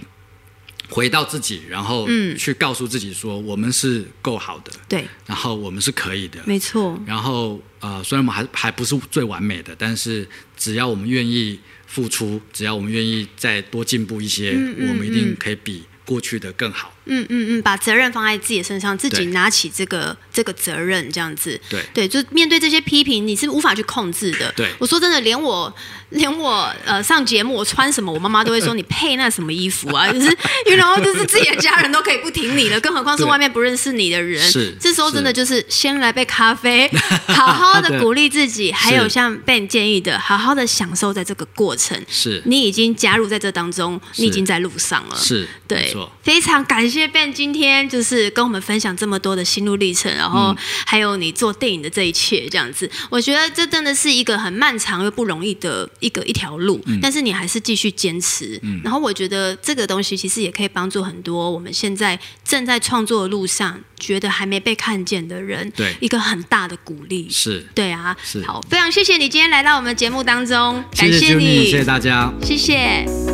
[SPEAKER 2] 回到自己，然后
[SPEAKER 3] 嗯
[SPEAKER 2] 去告诉自己说，我们是够好的，
[SPEAKER 3] 对，
[SPEAKER 2] 然后我们是可以的，
[SPEAKER 3] 没错，
[SPEAKER 2] 然后呃，虽然我们还还不是最完美的，但是只要我们愿意付出，只要我们愿意再多进步一些，
[SPEAKER 3] 嗯
[SPEAKER 2] 我们一定可以比过去的更好。
[SPEAKER 3] 嗯嗯嗯，把责任放在自己身上，自己
[SPEAKER 2] 对
[SPEAKER 3] 拿起这个这个责任，这样子。
[SPEAKER 2] 对
[SPEAKER 3] 对，就面对这些批评，你是无法去控制的。
[SPEAKER 2] 对
[SPEAKER 3] 我说真的，连我连我呃上节目我穿什么，我妈妈都会说你配那什么衣服啊， <laughs> 就是因为就是自己的家人都可以不听你的，更何况是
[SPEAKER 2] 对
[SPEAKER 3] 外面不认识你的人。
[SPEAKER 2] 是
[SPEAKER 3] 这时候真的
[SPEAKER 2] 是
[SPEAKER 3] 就是先来杯咖 <laughs> 啡，好好的
[SPEAKER 2] 对
[SPEAKER 3] 鼓励自己，还有
[SPEAKER 2] 是
[SPEAKER 3] 像 Ben 建议的，好好的享受在这个过程。
[SPEAKER 2] 是
[SPEAKER 3] 你已经加入在这当中，你已
[SPEAKER 2] 是
[SPEAKER 3] 经在路上了。
[SPEAKER 2] 是，没
[SPEAKER 3] 对
[SPEAKER 2] 错，，
[SPEAKER 3] 非常感谢 Ben 今天就是跟我们分享这么多的心路历程，然
[SPEAKER 2] 嗯
[SPEAKER 3] 后还有你做电影的这一切这样子，我觉得这真的是一个很漫长又不容易的一个一条路，
[SPEAKER 2] 嗯
[SPEAKER 3] 但是你还是继续坚持。然后我觉得这个东西其实也可以帮助很多我们现在正在创作的路上觉得还没被看见的人，
[SPEAKER 2] 对
[SPEAKER 3] 一个很大的鼓励。
[SPEAKER 2] 是。
[SPEAKER 3] 对啊
[SPEAKER 2] 是，
[SPEAKER 3] 好，非常谢谢你今天来到我们节目当中，感
[SPEAKER 2] 谢 j u n
[SPEAKER 3] 你，
[SPEAKER 2] 谢谢大家。
[SPEAKER 3] 谢谢